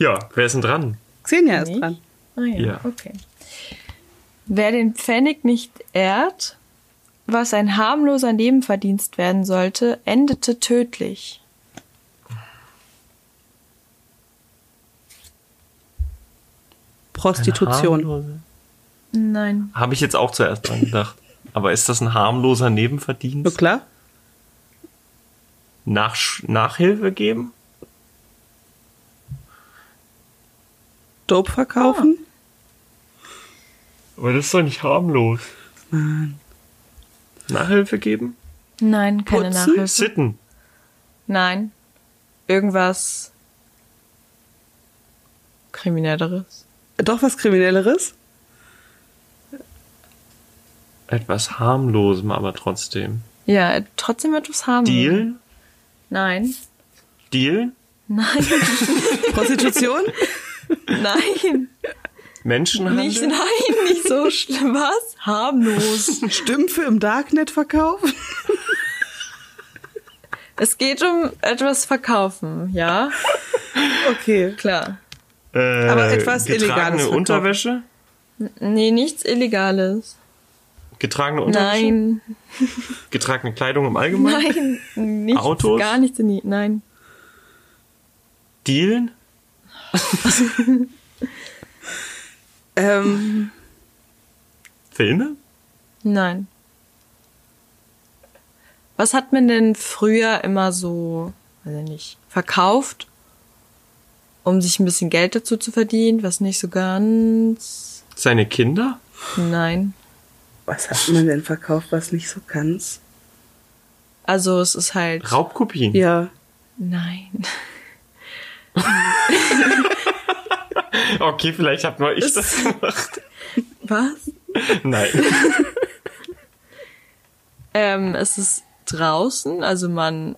S1: Ja, wer ist denn dran?
S2: Xenia ist
S3: Nicht?
S2: dran.
S3: Ah ja,
S1: Ja.
S3: okay. Wer den Pfennig nicht ehrt, was ein harmloser Nebenverdienst werden sollte, endete tödlich.
S2: Prostitution.
S3: Nein.
S1: Habe ich jetzt auch zuerst dran gedacht. Aber ist das ein harmloser
S2: Na
S1: Nebenverdienst?
S2: klar.
S1: Nach, Nachhilfe geben?
S2: Dope verkaufen?
S1: Aber das ist doch nicht harmlos. Nachhilfe geben?
S3: Nein, keine
S2: Putzen?
S3: Nachhilfe.
S1: Sitten.
S3: Nein. Irgendwas kriminelleres.
S2: Doch was Kriminelleres?
S1: Etwas harmlosem, aber trotzdem.
S3: Ja, äh, trotzdem etwas
S2: Hm.
S3: haben.
S1: Dealen?
S3: Nein.
S1: Dealen?
S3: Nein. (laughs)
S2: Prostitution?
S3: Nein.
S1: Menschenhandel?
S3: Nicht, nein, nicht so schlimm. Was? Harmlos.
S2: Stümpfe im Darknet verkaufen?
S3: Es geht um etwas verkaufen, ja?
S2: Okay.
S3: Klar.
S1: Äh,
S2: Aber etwas
S1: getragene
S2: Illegales verkaufen.
S1: Unterwäsche?
S3: Nee, nichts Illegales.
S1: Getragene Unterwäsche?
S3: Nein,
S1: Getragene Kleidung im Allgemeinen?
S3: (laughs) nein, nichts,
S1: Autos?
S3: gar nichts in die, nein.
S1: Dealen?
S2: Ähm,
S1: Filme?
S3: Nein. Was hat man denn früher immer so, weiß ich nicht, verkauft, um sich ein bisschen Geld dazu zu verdienen, was nicht so ganz,
S1: Seine Kinder?
S3: nein.
S2: was hat man denn verkauft, was nicht so ganz?
S3: Also es ist halt,
S1: Raubkopien?
S2: Ja.
S3: nein. (laughs)
S1: Okay, vielleicht hab nur ich
S3: Es-
S1: das gemacht. (laughs)
S3: Was?
S1: Nein.
S3: Ähm, es ist draußen, also man,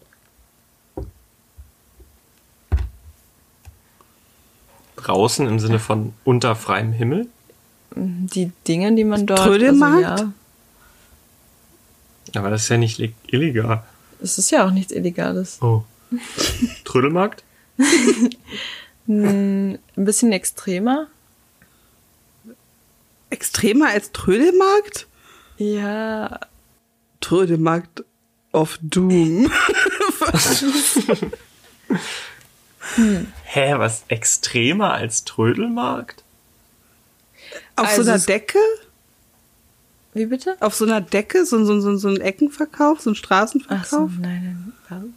S1: Draußen im Sinne von unter freiem Himmel?
S3: die Dinge, die man dort,
S2: Trödelmarkt?
S3: also ja,
S1: Aber das ist ja nicht leg- illegal.
S3: es ist ja auch nichts Illegales.
S1: Oh. Trödelmarkt?
S3: Hm, ein bisschen extremer.
S2: Extremer als Trödelmarkt?
S3: Ja,
S2: Trödelmarkt of
S3: (laughs)
S2: Doom.
S1: Hä, was extremer als Trödelmarkt?
S2: Auf
S3: Also
S2: so einer
S3: es-
S2: Decke?
S3: wie bitte?
S2: Auf so einer Decke? So, so, so, so ein Eckenverkauf? So ein
S3: Ach so,
S2: Straßenverkauf?
S3: nein, nein.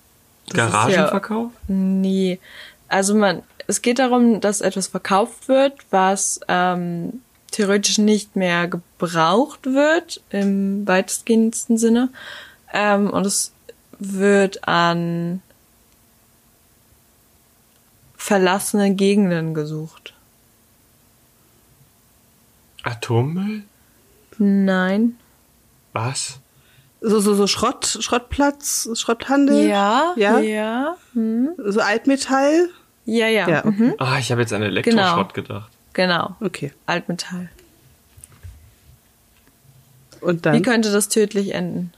S3: Das
S1: Garagenverkauf?
S3: Ist ja, nee. Also man, es geht darum, dass etwas verkauft wird, was ähm, theoretisch nicht mehr gebraucht wird, im weitestgehendsten Sinne. Ähm, und es wird an verlassene Gegenden gesucht.
S1: Atommüll?
S3: Nein.
S1: Was?
S2: So, so, so Schrott, Schrottplatz, Schrotthandel?
S3: Ja,
S2: Ja?
S3: ja, ja. Hm.
S2: So Altmetall?
S3: Ja, ja.
S2: Ja, okay.
S3: Mhm.
S1: Ah, ich habe jetzt an Elektroschrott gedacht.
S3: Genau.
S2: Okay.
S3: Altmetall.
S2: Und
S3: Wie
S2: dann?
S3: könnte das tödlich enden?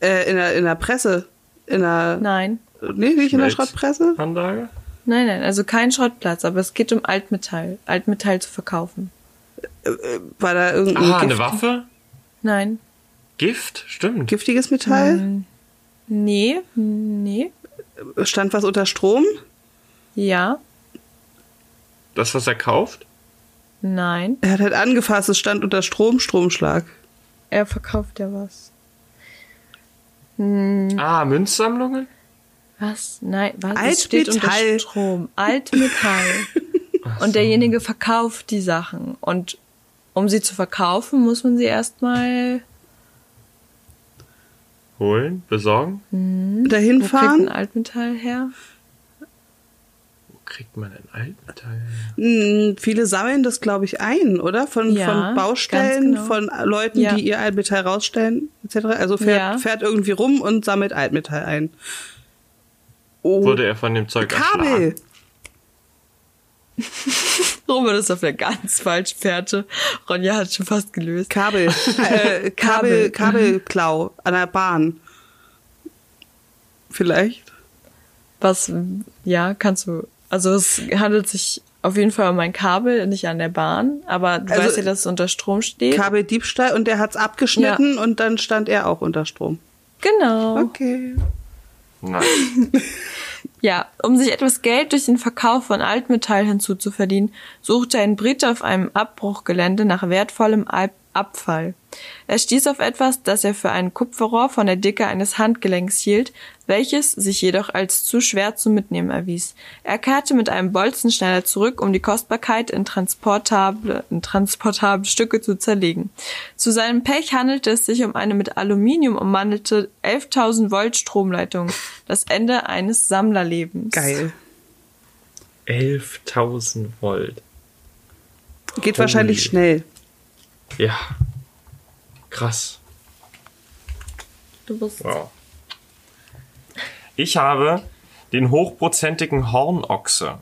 S2: Äh, in, der, in der Presse? In der.
S3: Nein.
S2: Nee, nicht in der
S1: Schmelz.
S2: Schrottpresse?
S1: Anlage?
S3: Nein, nein, also kein Schrottplatz, aber es geht um Altmetall. Altmetall zu verkaufen.
S2: War da irgendein
S1: Ah,
S2: Gift,
S1: eine Waffe?
S3: Nein.
S1: Gift? Stimmt.
S2: giftiges Metall?
S3: Nee, nee.
S2: Stand was unter Strom?
S3: Ja,
S1: Das, was er kauft?
S3: nein.
S2: Er hat halt angefasst, es stand unter Strom, Stromschlag.
S3: Er verkauft ja was. Hm.
S1: Ah, Münzsammlungen?
S3: Was? Nein, was? Es steht unter
S2: Altmetall.
S3: Strom.
S2: (laughs)
S3: Altmetall. und derjenige verkauft die Sachen. Und um sie zu verkaufen, muss man sie erstmal
S1: Holen, besorgen.
S2: Dahin
S3: Wo kriegt ein
S2: fahren?
S3: Altmetall her?
S1: Wo kriegt man ein Altmetall? her?
S2: Hm, viele sammeln das, glaube ich, ein, oder? Von,
S3: Ja,
S2: von Baustellen,
S3: ganz
S2: von
S3: genau.
S2: Leuten,
S3: Ja.
S2: die ihr Altmetall rausstellen, etc. Also fährt,
S3: Ja.
S2: fährt irgendwie rum und sammelt Altmetall ein. Oh,
S1: Wurde er von dem Zeug
S2: Kabel!
S1: erschlagen?
S3: Robert ist auf der ganz falschen Fährte. Ronja hat schon fast
S1: (laughs)
S3: gelöst.
S2: Kabel. äh, Kabel,
S3: Kabel. Mhm.
S2: Kabelklau an der Bahn. Vielleicht.
S3: Was, ja, kannst du. Also es handelt sich auf jeden Fall um ein Kabel, nicht an der Bahn, aber du
S2: Also,
S3: weißt ja, dass es unter Strom steht.
S2: Kabeldiebstahl und der hat's abgeschnitten und dann stand er auch unter Strom.
S3: genau.
S2: Okay.
S1: Nein.
S3: Ja, um sich etwas Geld durch den Verkauf von Altmetall hinzuzuverdienen, suchte ein Brite auf einem Abbruchgelände nach wertvollem Al- Abfall. Er stieß auf etwas, das er für ein Kupferrohr von der Dicke eines Handgelenks hielt, welches sich jedoch als zu schwer zum Mitnehmen erwies. Er kehrte mit einem Bolzenschneider zurück, um die Kostbarkeit in transportable, in transportable Stücke zu zerlegen. Zu seinem Pech handelte es sich um eine mit Aluminium ummantelte 11.000 Volt Stromleitung. Das Ende eines Sammlerlebens.
S2: Geil.
S1: 11.000 Volt.
S2: Geht wahrscheinlich schnell.
S1: Ja. Krass.
S3: Du bist
S1: Wow. Ich habe den hochprozentigen Hornochse.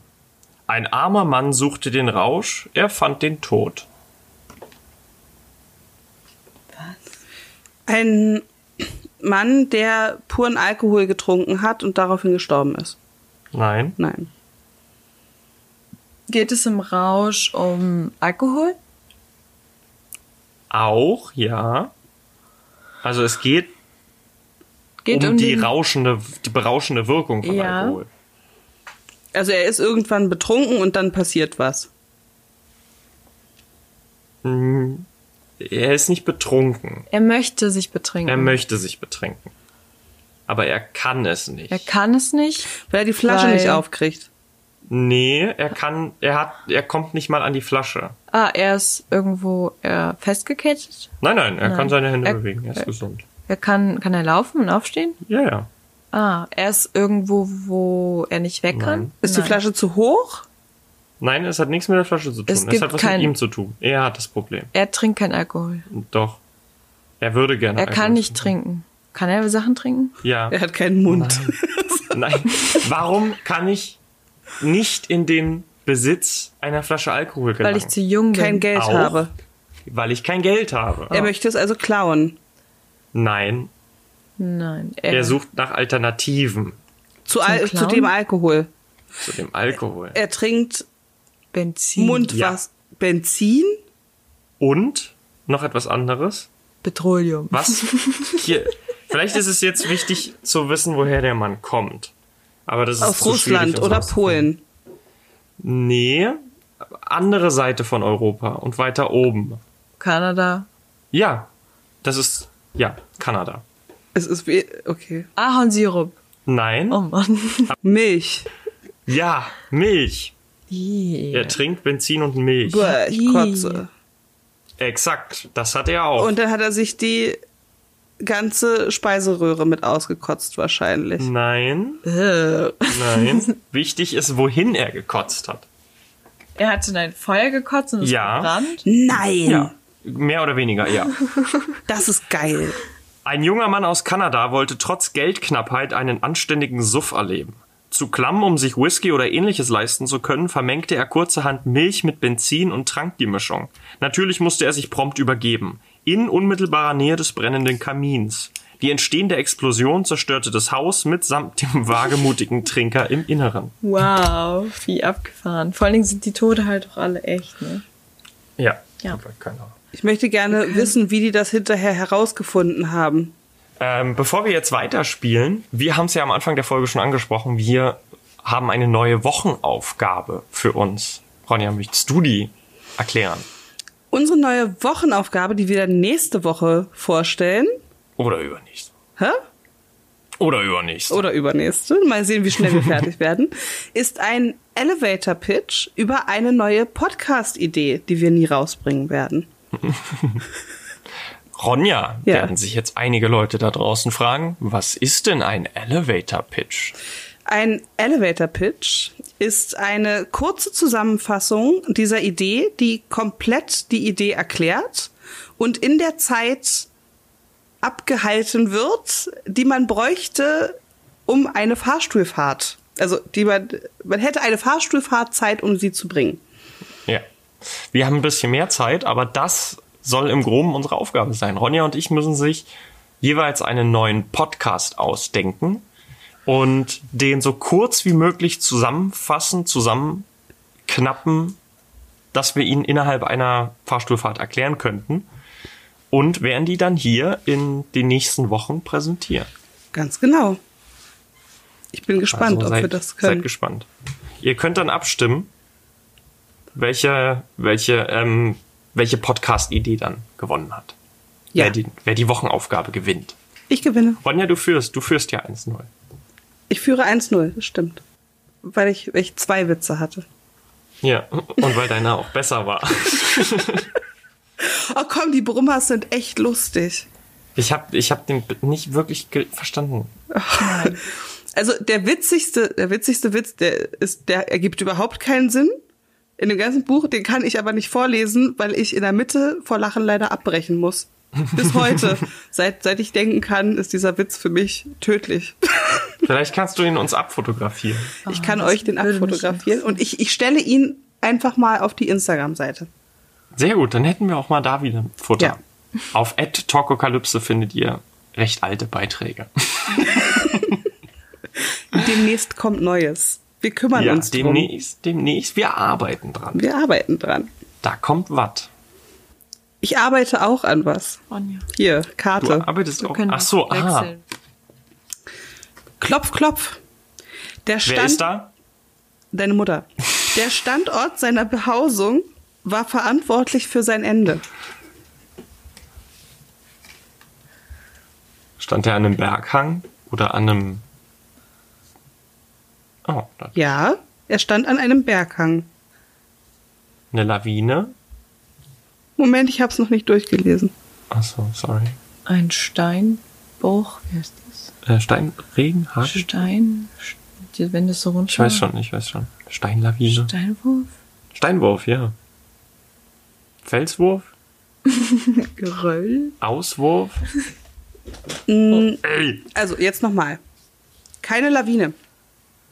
S1: Ein armer Mann suchte den Rausch, er fand den Tod.
S2: Ein Mann, der puren Alkohol getrunken hat und daraufhin gestorben ist.
S1: Nein.
S2: Nein.
S3: Geht es im Rausch um Alkohol?
S1: Auch, ja. Also es geht
S3: Geht
S1: um, die
S3: den-
S1: rauschende, die berauschende Wirkung von
S3: Ja.
S1: Alkohol.
S2: Also er ist irgendwann betrunken und dann passiert was.
S1: Hm, Er ist nicht betrunken.
S3: Er möchte sich betrinken.
S1: Er möchte sich betrinken. Aber er kann es nicht.
S3: Er kann es nicht.
S2: Weil er die Flasche
S3: Weil-
S2: nicht aufkriegt.
S1: nee, er kann, er hat, er kommt nicht mal an die Flasche.
S3: Ah, er ist irgendwo äh, festgekettet.
S1: Nein, nein, er
S3: Nein.
S1: kann seine Hände
S3: Er-
S1: bewegen. Er ist
S3: er-
S1: gesund.
S3: Er kann, kann er laufen und aufstehen?
S1: Ja, ja.
S3: Ah, er ist irgendwo, wo er nicht weg kann.
S1: Nein.
S2: Ist die
S3: Nein.
S2: Flasche zu hoch?
S1: Nein, es hat nichts mit der Flasche zu tun.
S3: Es
S1: Es,
S3: gibt
S1: hat was
S3: kein-
S1: mit ihm zu tun. Er hat das Problem.
S3: Er trinkt keinen Alkohol.
S1: Doch. Er würde gerne.
S3: Er
S1: Alkohol
S3: kann nicht trinken. Kann er Sachen trinken?
S1: Ja.
S2: Er hat keinen Mund.
S3: (laughs)
S1: Nein. Warum kann ich nicht in den Besitz einer Flasche Alkohol gelangen?
S3: Weil ich zu jung bin.
S2: Kein Geld
S1: Genau. Auch?
S2: habe.
S1: Weil ich kein Geld habe.
S2: (laughs)
S3: Oh.
S2: Er möchte es also klauen.
S1: Nein.
S3: Nein.
S1: Er sucht nach Alternativen
S2: Zu, Al zu
S3: Klauen?
S2: dem Alkohol.
S1: zu dem Alkohol.
S2: Er trinkt
S1: Hm,
S3: Benzin.
S2: Mundwas. Benzin?
S1: Und noch etwas anderes.
S3: Petroleum.
S2: (laughs)
S1: Was? Hier. Vielleicht ist es jetzt wichtig zu wissen, woher der Mann kommt. Aber das ist
S2: Aus
S1: zu schwierig,
S2: Russland
S1: um
S2: oder
S1: rauszufinden.
S2: Polen.
S1: Nee, andere Seite von Europa und weiter oben.
S3: (laughs) Kanada.
S1: Ja, das ist, ja, Kanada.
S2: Es ist wie, okay.
S3: Ahornsirup.
S1: Nein, (laughs)
S3: Oh Mann.
S2: Milch.
S1: ja, Milch.
S3: Yeah.
S1: Er trinkt Benzin und Milch.
S2: Bäh, ich
S3: Ih.
S2: kotze.
S1: Exakt, das hat er auch.
S2: eh. Und dann hat er sich die ganze Speiseröhre mit ausgekotzt wahrscheinlich.
S1: nein,
S3: Äh.
S1: nein.
S2: (laughs)
S1: Wichtig ist, wohin er gekotzt hat.
S3: (laughs) Er hat in ein Feuer gekotzt und ist
S1: Ja.
S3: verbrannt.
S2: Nein,
S1: Ja, mehr oder weniger, ja.
S2: das ist geil.
S1: Ein junger Mann aus Kanada wollte trotz Geldknappheit einen anständigen Suff erleben. Zu klamm, um sich Whisky oder ähnliches leisten zu können, vermengte er kurzerhand Milch mit Benzin und trank die Mischung. Natürlich musste er sich prompt übergeben. In unmittelbarer Nähe des brennenden Kamins. Die entstehende Explosion zerstörte das Haus mitsamt dem (laughs) wagemutigen Trinker im Inneren.
S3: Wow, wie abgefahren. Vor allen Dingen sind die Tote halt doch alle echt, ne?
S1: Ja.
S3: Ja.
S1: Keine Ahnung.
S2: Ich möchte gerne wissen, wie die das hinterher herausgefunden haben.
S1: Ähm, bevor wir jetzt weiterspielen, wir haben es ja am Anfang der Folge schon angesprochen, wir haben eine neue Wochenaufgabe für uns. Ronja, möchtest du die erklären?
S2: Unsere neue Wochenaufgabe, die wir dann nächste Woche vorstellen,
S1: Oder übernächst?
S2: hä?
S1: Oder übernächst?
S2: oder übernächste, mal sehen, wie schnell wir (laughs) fertig werden, ist ein Elevator Pitch über eine neue Podcast-Idee, die wir nie rausbringen werden.
S1: Ronja,
S2: Ja.
S1: werden sich jetzt einige Leute da draußen fragen, was ist denn ein Elevator Pitch?
S2: Ein Elevator Pitch ist eine kurze Zusammenfassung dieser Idee, die komplett die Idee erklärt und in der Zeit abgehalten wird, die man bräuchte, um eine Fahrstuhlfahrt. Also die man, man hätte eine Fahrstuhlfahrt Zeit, um sie zu bringen.
S1: Ja. Wir haben ein bisschen mehr Zeit, aber das soll im Groben unsere Aufgabe sein. Ronja und ich müssen sich jeweils einen neuen Podcast ausdenken und den so kurz wie möglich zusammenfassen, zusammenknappen, dass wir ihn innerhalb einer Fahrstuhlfahrt erklären könnten und werden die dann hier in den nächsten Wochen präsentieren.
S2: Ganz genau. Ich bin gespannt,
S1: Also
S2: ob
S1: seid,
S2: wir das
S1: Seid
S2: können.
S1: gespannt. Ihr könnt dann abstimmen, welche, welche, ähm, welche Podcast-Idee dann gewonnen hat.
S2: Ja.
S1: Wer, die, wer die Wochenaufgabe gewinnt.
S2: Ich gewinne.
S1: Ronja, du führst. Du führst ja 1-0.
S2: Ich führe 1-0, das stimmt. Weil ich, weil ich zwei Witze hatte.
S1: Ja, (laughs) und weil deiner auch besser war.
S2: Oh komm, die Brummers sind echt lustig.
S1: Ich habe ich hab den nicht wirklich ge- verstanden.
S2: Also der witzigste, der witzigste Witz, der ist, der ergibt überhaupt keinen Sinn in dem ganzen Buch. Den kann ich aber nicht vorlesen, weil ich in der Mitte vor Lachen leider abbrechen muss.
S1: (laughs)
S2: Bis heute, seit seit ich denken kann, ist dieser Witz für mich tödlich.
S1: Vielleicht kannst du ihn uns abfotografieren.
S2: ich kann
S3: das
S2: euch den
S3: würde mich
S2: abfotografieren und ich ich stelle ihn einfach mal auf die Instagram-Seite.
S1: Sehr gut, dann hätten wir auch mal da wieder Futter.
S2: Ja.
S1: Auf Torkokalypse findet ihr recht alte Beiträge.
S2: Demnächst kommt Neues. Wir kümmern
S1: Ja,
S2: uns drum.
S1: demnächst, demnächst. Wir arbeiten dran.
S2: Wir arbeiten dran.
S1: Da kommt was.
S2: Ich arbeite auch an was.
S3: Ronja.
S2: Hier,
S1: Du
S2: Karte.
S1: arbeitest
S3: Wir
S1: auch.
S3: können
S1: Ach so, ah. aha.
S3: wechseln.
S2: Klopf, klopf. Der Stand,
S1: Wer ist da?
S2: Deine Mutter. Der Standort seiner Behausung war verantwortlich für sein Ende.
S1: Stand er an einem Berghang oder an einem. Oh, da-
S2: Ja, er stand an einem Berghang.
S1: eine Lawine.
S2: Moment, ich hab's noch nicht durchgelesen.
S1: Ach so, sorry.
S3: Ein Steinbruch, wie heißt das?
S1: Äh, Steinregen, Hagel?
S3: Stein, wenn das so runter.
S1: Ich weiß schon, ich weiß schon. Steinlawine.
S3: Steinwurf?
S1: Steinwurf, ja. Felswurf?
S3: Geröll?
S1: Auswurf? Oh,
S2: Mm,
S1: Ey!
S2: Also, jetzt nochmal. Keine Lawine.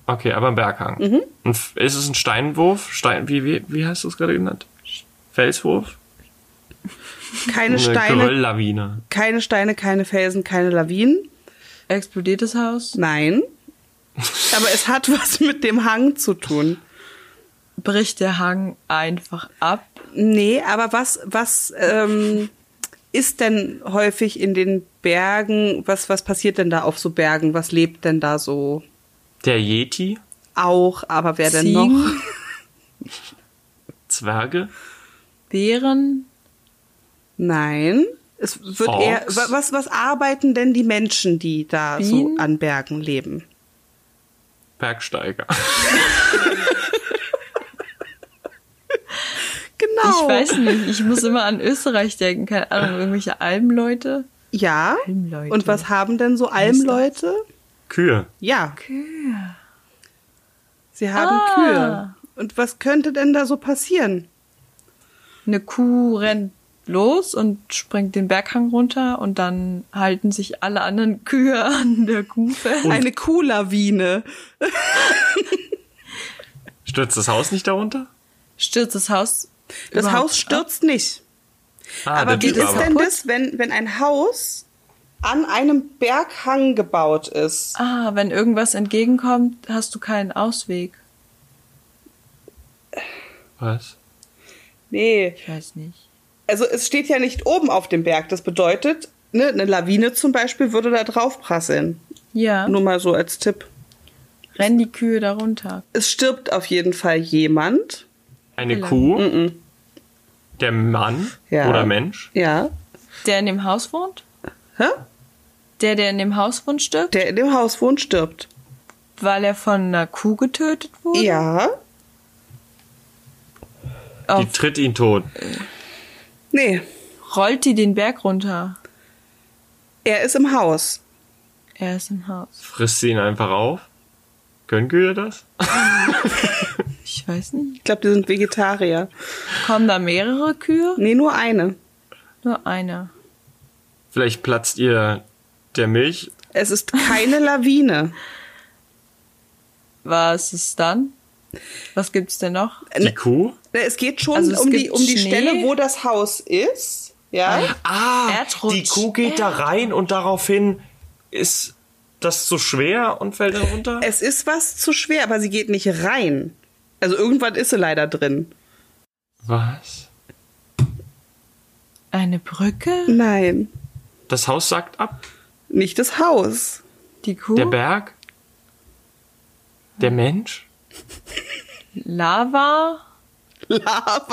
S1: Okay, aber ein Berghang. Ein F- Ist es ein Steinwurf? Stein, wie, wie, wie hast du es gerade genannt? Felswurf?
S2: Keine
S1: Eine
S2: Steine,
S1: Gerölllawine.
S2: keine Steine, keine Felsen, keine Lawinen.
S3: Explodiert das Haus?
S2: Nein. Aber es hat (laughs) was mit dem Hang zu tun.
S3: Bricht der Hang einfach ab?
S2: Nee, aber was, was ähm, ist denn häufig in den Bergen, was, was passiert denn da auf so Bergen? Was lebt denn da so
S1: Der Yeti?
S2: auch? Aber wer denn
S3: Ziegen?
S2: noch?
S1: Zwerge?
S3: Bären?
S2: Nein. Es wird
S1: Orks?
S2: eher, wa- was, was arbeiten denn die Menschen, die da
S3: Bienen?
S2: so an Bergen leben?
S1: Bergsteiger. (laughs)
S2: Genau.
S3: Ich weiß nicht, ich muss immer an Österreich denken, keine Ahnung, irgendwelche Almleute.
S2: Ja.
S3: Almleute.
S2: Und was haben denn so Almleute?
S1: Kühe.
S2: Ja.
S3: Kühe.
S2: Sie haben
S3: Ah.
S2: Kühe. Und was könnte denn da so passieren?
S3: Eine Kuh rennt los und springt den Berghang runter und dann halten sich alle anderen Kühe an der Kuh fest.
S2: Eine Kuhlawine.
S1: Stürzt das Haus nicht darunter?
S3: Stürzt das Haus.
S2: Das
S3: überhaupt
S2: Haus stürzt nicht.
S1: Ah,
S2: Aber
S1: der
S2: wie
S1: Typ
S2: ist
S1: aber.
S2: denn das, wenn, wenn ein Haus an einem Berghang gebaut ist?
S3: ab? Ah, wenn irgendwas entgegenkommt, hast du keinen Ausweg.
S1: Was?
S2: Nee.
S3: Ich weiß nicht.
S2: Also es steht ja nicht oben auf dem Berg. Das bedeutet, ne, eine Lawine zum Beispiel würde da drauf prasseln.
S3: Ja,
S2: Nur mal so als Tipp.
S3: rennen die Kühe darunter.
S2: Es stirbt auf jeden Fall jemand.
S1: Eine
S3: Lang.
S1: Kuh? Der Mann
S2: Ja.
S1: oder Mensch?
S2: Ja.
S3: Der in dem Haus wohnt?
S2: Hä?
S3: Der, der in dem Haus wohnt, stirbt,
S2: Der in dem Haus wohnt, stirbt.
S3: weil er von einer Kuh getötet wurde?
S2: Ja.
S1: Die
S3: Auf
S1: tritt ihn tot.
S2: Nee.
S3: rollt die den Berg runter.
S2: Er ist im Haus.
S3: Er ist im Haus.
S1: Frisst sie ihn einfach auf? Können Kühe das?
S3: Ich weiß nicht.
S2: Ich glaube, die sind Vegetarier.
S3: Kommen da mehrere Kühe?
S2: Nee, nur eine.
S3: Nur eine.
S1: Vielleicht platzt ihr der Milch.
S2: Es ist
S3: (laughs)
S2: keine Lawine.
S3: Was ist dann? Was gibt's denn noch?
S1: Die Kuh?
S2: Ne, Es geht schon
S3: Also es
S2: um, die,
S3: gibt
S2: um die
S3: Schnee.
S2: Stelle, wo das Haus ist. Ja.
S1: Ah,
S3: Erdrutsch.
S1: die Kuh geht da rein und daraufhin ist das zu schwer und fällt runter?
S2: Es ist was zu schwer, aber sie geht nicht rein. Also irgendwann ist sie leider drin.
S1: Was?
S3: Eine Brücke?
S2: Nein.
S1: Das Haus sagt ab.
S2: Nicht das Haus.
S3: Die Kuh?
S2: Hm?
S1: Der Berg? Der Mensch?
S3: Lava?
S2: Lava.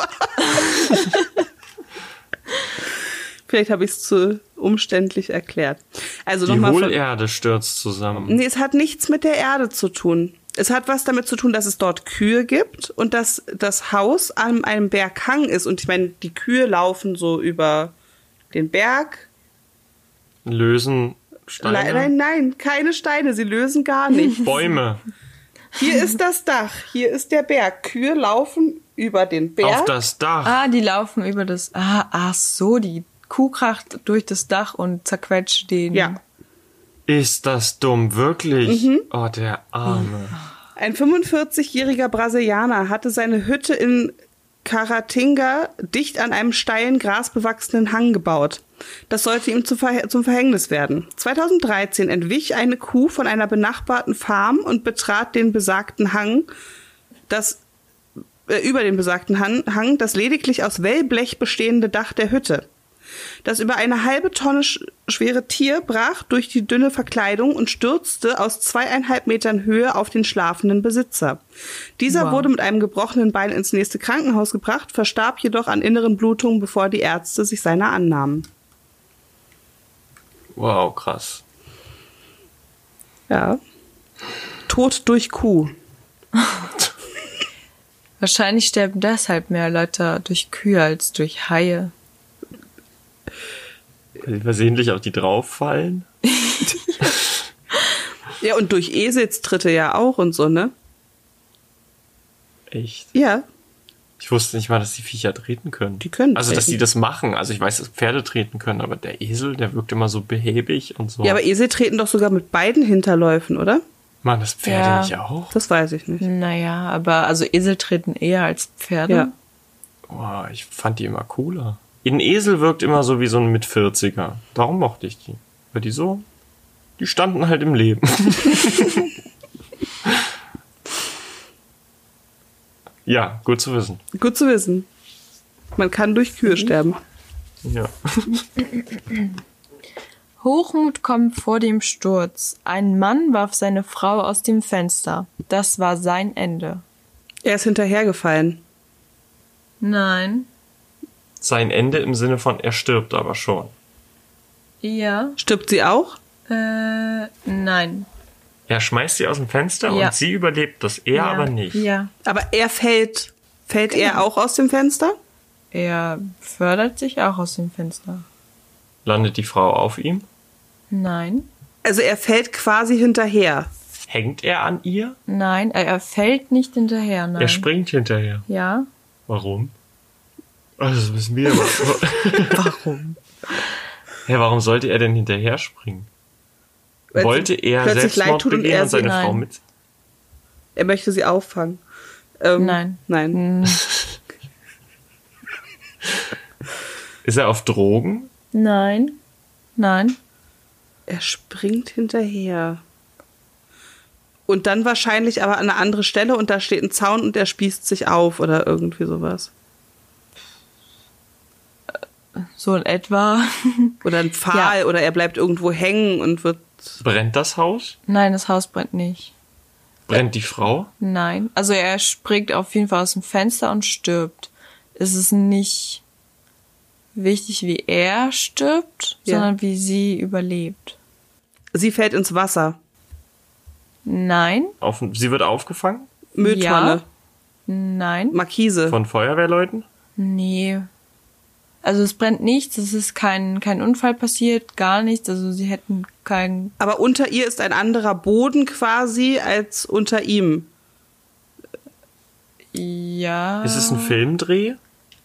S2: Vielleicht habe ich es zu umständlich erklärt. Also
S1: Die
S2: nochmal von-
S1: Hohlerde stürzt zusammen.
S2: Nee, es hat nichts mit der Erde zu tun. Es hat was damit zu tun, dass es dort Kühe gibt und dass das Haus an einem Berghang ist. Und ich meine, die Kühe laufen so über den Berg.
S1: Lösen
S2: Nein,
S1: Steine.
S2: nein, nein, keine Steine, sie lösen
S1: (laughs)
S2: gar nicht.
S1: Bäume.
S2: Hier ist das Dach, hier ist der Berg. Kühe laufen über den
S1: Auf
S2: Berg.
S1: das Dach.
S3: Ah, die laufen über das. Ah, ach so, die Kuh kracht durch das Dach und zerquetscht den.
S2: Ja,
S1: Ist das dumm, wirklich?
S2: Mhm.
S1: Oh, der Arme.
S2: Ein 45-jähriger Brasilianer hatte seine Hütte in Caratinga dicht an einem steilen, grasbewachsenen Hang gebaut. Das sollte ihm zu Verhä- zum Verhängnis werden. 2013 entwich eine Kuh von einer benachbarten Farm und betrat den besagten Hang, das äh, über den besagten Han Hang das lediglich aus Wellblech bestehende Dach der Hütte. Das über eine halbe Tonne sch schwere Tier brach durch die dünne Verkleidung und stürzte aus zweieinhalb Metern Höhe auf den schlafenden Besitzer. Dieser
S3: Wow.
S2: wurde mit einem gebrochenen Bein ins nächste Krankenhaus gebracht, verstarb jedoch an inneren Blutungen, bevor die Ärzte sich seiner annahmen.
S1: Wow, krass.
S2: Ja. Tod durch Kuh.
S3: Wahrscheinlich sterben deshalb mehr Leute durch Kühe als durch Haie.
S1: Will versehentlich auf die drauffallen?
S2: Ja, und durch Eselstritte ja auch und so, ne?
S1: Echt?
S2: Ja.
S1: Ich wusste nicht mal, dass die Viecher treten können.
S2: Die können
S1: Also, dass
S2: treten.
S1: die das machen. Also, ich weiß, dass Pferde treten können, aber der Esel, der wirkt immer so behäbig und so.
S2: Ja, aber Esel treten doch sogar mit beiden Hinterläufen, oder?
S1: Mann, das Pferde
S3: Ja.
S1: nicht auch?
S2: Das weiß ich nicht.
S3: Naja, aber also Esel treten eher als Pferde.
S2: Ja.
S1: Wow, ich fand die immer cooler. Ein Esel wirkt immer so wie so ein mit 40er. Darum mochte ich die. Weil die so, die standen halt im Leben. (laughs) ja, gut zu wissen.
S2: Gut zu wissen. Man kann durch Kühe sterben.
S1: Ja.
S3: Hochmut kommt vor dem Sturz. Ein Mann warf seine Frau aus dem Fenster. Das war sein Ende.
S2: Er ist hinterhergefallen.
S3: Nein.
S1: Sein Ende im Sinne von, er stirbt aber schon.
S3: Ja.
S2: Stirbt sie auch?
S3: Äh, nein.
S1: Er schmeißt sie aus dem Fenster
S3: Ja.
S1: und sie überlebt das, er
S3: ja.
S1: aber nicht.
S3: Ja.
S2: Aber er fällt. Fällt er auch aus dem Fenster?
S3: Er fördert sich auch aus dem Fenster.
S1: Landet die Frau auf ihm?
S3: Nein.
S2: Also er fällt quasi hinterher.
S1: Hängt er an ihr?
S3: Nein, er er fällt nicht hinterher, nein.
S1: Er springt hinterher.
S3: ja.
S1: Warum? Also, das wissen
S2: (laughs)
S1: wir aber. (laughs) warum? Ja, warum sollte er denn hinterher springen?
S2: Weil sie
S1: Wollte er
S2: plötzlich leid
S1: Selbstmord
S2: tut und
S1: begehen
S2: er
S1: und seine
S3: sie-
S1: Frau
S3: Nein.
S1: mit?
S2: Er möchte sie auffangen. Ähm,
S3: Nein.
S2: Nein.
S3: Mm,
S1: Ist er auf Drogen?
S3: Nein. Nein.
S2: Er springt hinterher. Und dann wahrscheinlich aber an eine andere Stelle und da steht ein Zaun und er spießt sich auf oder irgendwie sowas.
S3: So in etwa. (laughs)
S2: Oder ein Pfahl oder er bleibt irgendwo hängen und wird.
S1: Brennt das Haus?
S3: nein, das Haus brennt nicht.
S1: Brennt die Frau?
S3: Nein. Also er springt auf jeden Fall aus dem Fenster und stirbt. Es ist nicht wichtig, wie er stirbt,
S2: Ja.
S3: sondern wie sie überlebt.
S2: Sie fällt ins Wasser.
S3: Nein.
S1: Auf, sie wird aufgefangen?
S2: Mülltonne.
S3: Ja. Nein.
S2: Markise.
S1: Von Feuerwehrleuten?
S3: Nee. Also es brennt nichts, es ist kein, kein Unfall passiert, gar nichts. Also sie hätten keinen.
S2: Aber unter ihr ist ein anderer Boden quasi als unter ihm.
S3: Ja.
S1: Ist
S2: Ah.
S1: es ein Filmdreh?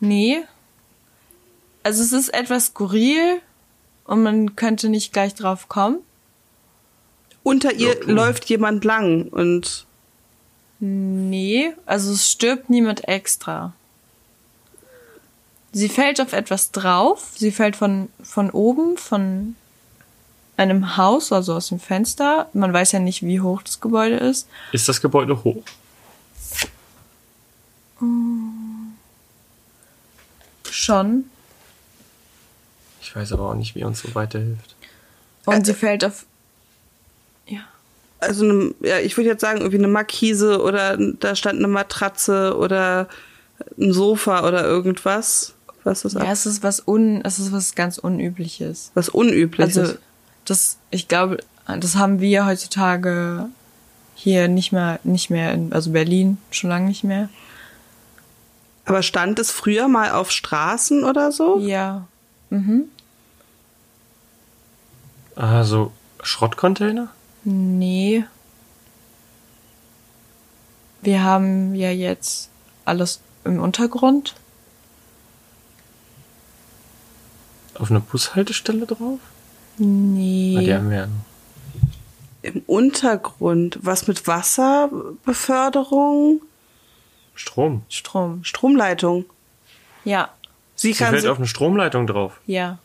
S3: Nee. Also es ist etwas skurril und man könnte nicht gleich drauf kommen.
S2: Unter ihr läuft jemand lang und
S3: Nee, also es stirbt niemand extra. Sie fällt auf etwas drauf. Sie fällt von, von oben, von einem Haus, also aus dem Fenster. Man weiß ja nicht, wie hoch das Gebäude ist.
S1: Ist das Gebäude hoch?
S3: Schon.
S1: Ich weiß aber auch nicht, wie uns so weiterhilft.
S3: Und sie fällt auf. Ja.
S2: also eine, ja, ich würde jetzt sagen, irgendwie eine Markise oder da stand eine Matratze oder ein Sofa oder irgendwas. Was ist
S3: Ja,
S2: das?
S3: es ist was un, es ist was ganz Unübliches.
S2: Was Unübliches.
S3: Also das, ich glaube, das haben wir heutzutage hier nicht mehr, nicht mehr in, also Berlin schon lange nicht mehr.
S2: Aber stand es früher mal auf Straßen oder so?
S3: Ja,
S1: Also Schrottcontainer?
S3: nee. Wir haben ja jetzt alles im Untergrund.
S1: Auf einer Bushaltestelle drauf? Ah, die
S3: Nee.
S1: haben wir ja noch.
S2: Im Untergrund. Was mit Wasserbeförderung?
S1: Strom.
S3: Strom.
S2: Stromleitung.
S3: Ja,
S2: Sie
S1: Sie
S2: kann
S1: fällt
S2: sie,
S1: auf eine Stromleitung drauf.
S3: ja.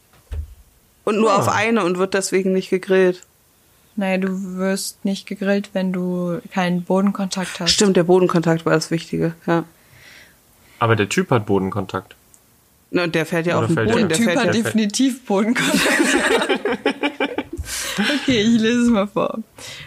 S2: und nur
S1: Ah.
S2: auf eine und wird deswegen nicht gegrillt.
S3: Naja, du wirst nicht gegrillt, wenn du keinen Bodenkontakt hast.
S2: Stimmt, der Bodenkontakt war das Wichtige. Ja.
S1: Aber der Typ hat Bodenkontakt.
S2: Na, und der fällt ja
S1: Oder
S2: auf den
S1: fällt
S2: Boden.
S1: der-
S2: Der
S3: Typ
S2: fällt
S3: hat
S2: ja.
S1: der-
S3: definitiv Bodenkontakt.
S2: (laughs)
S3: okay, ich lese es mal vor.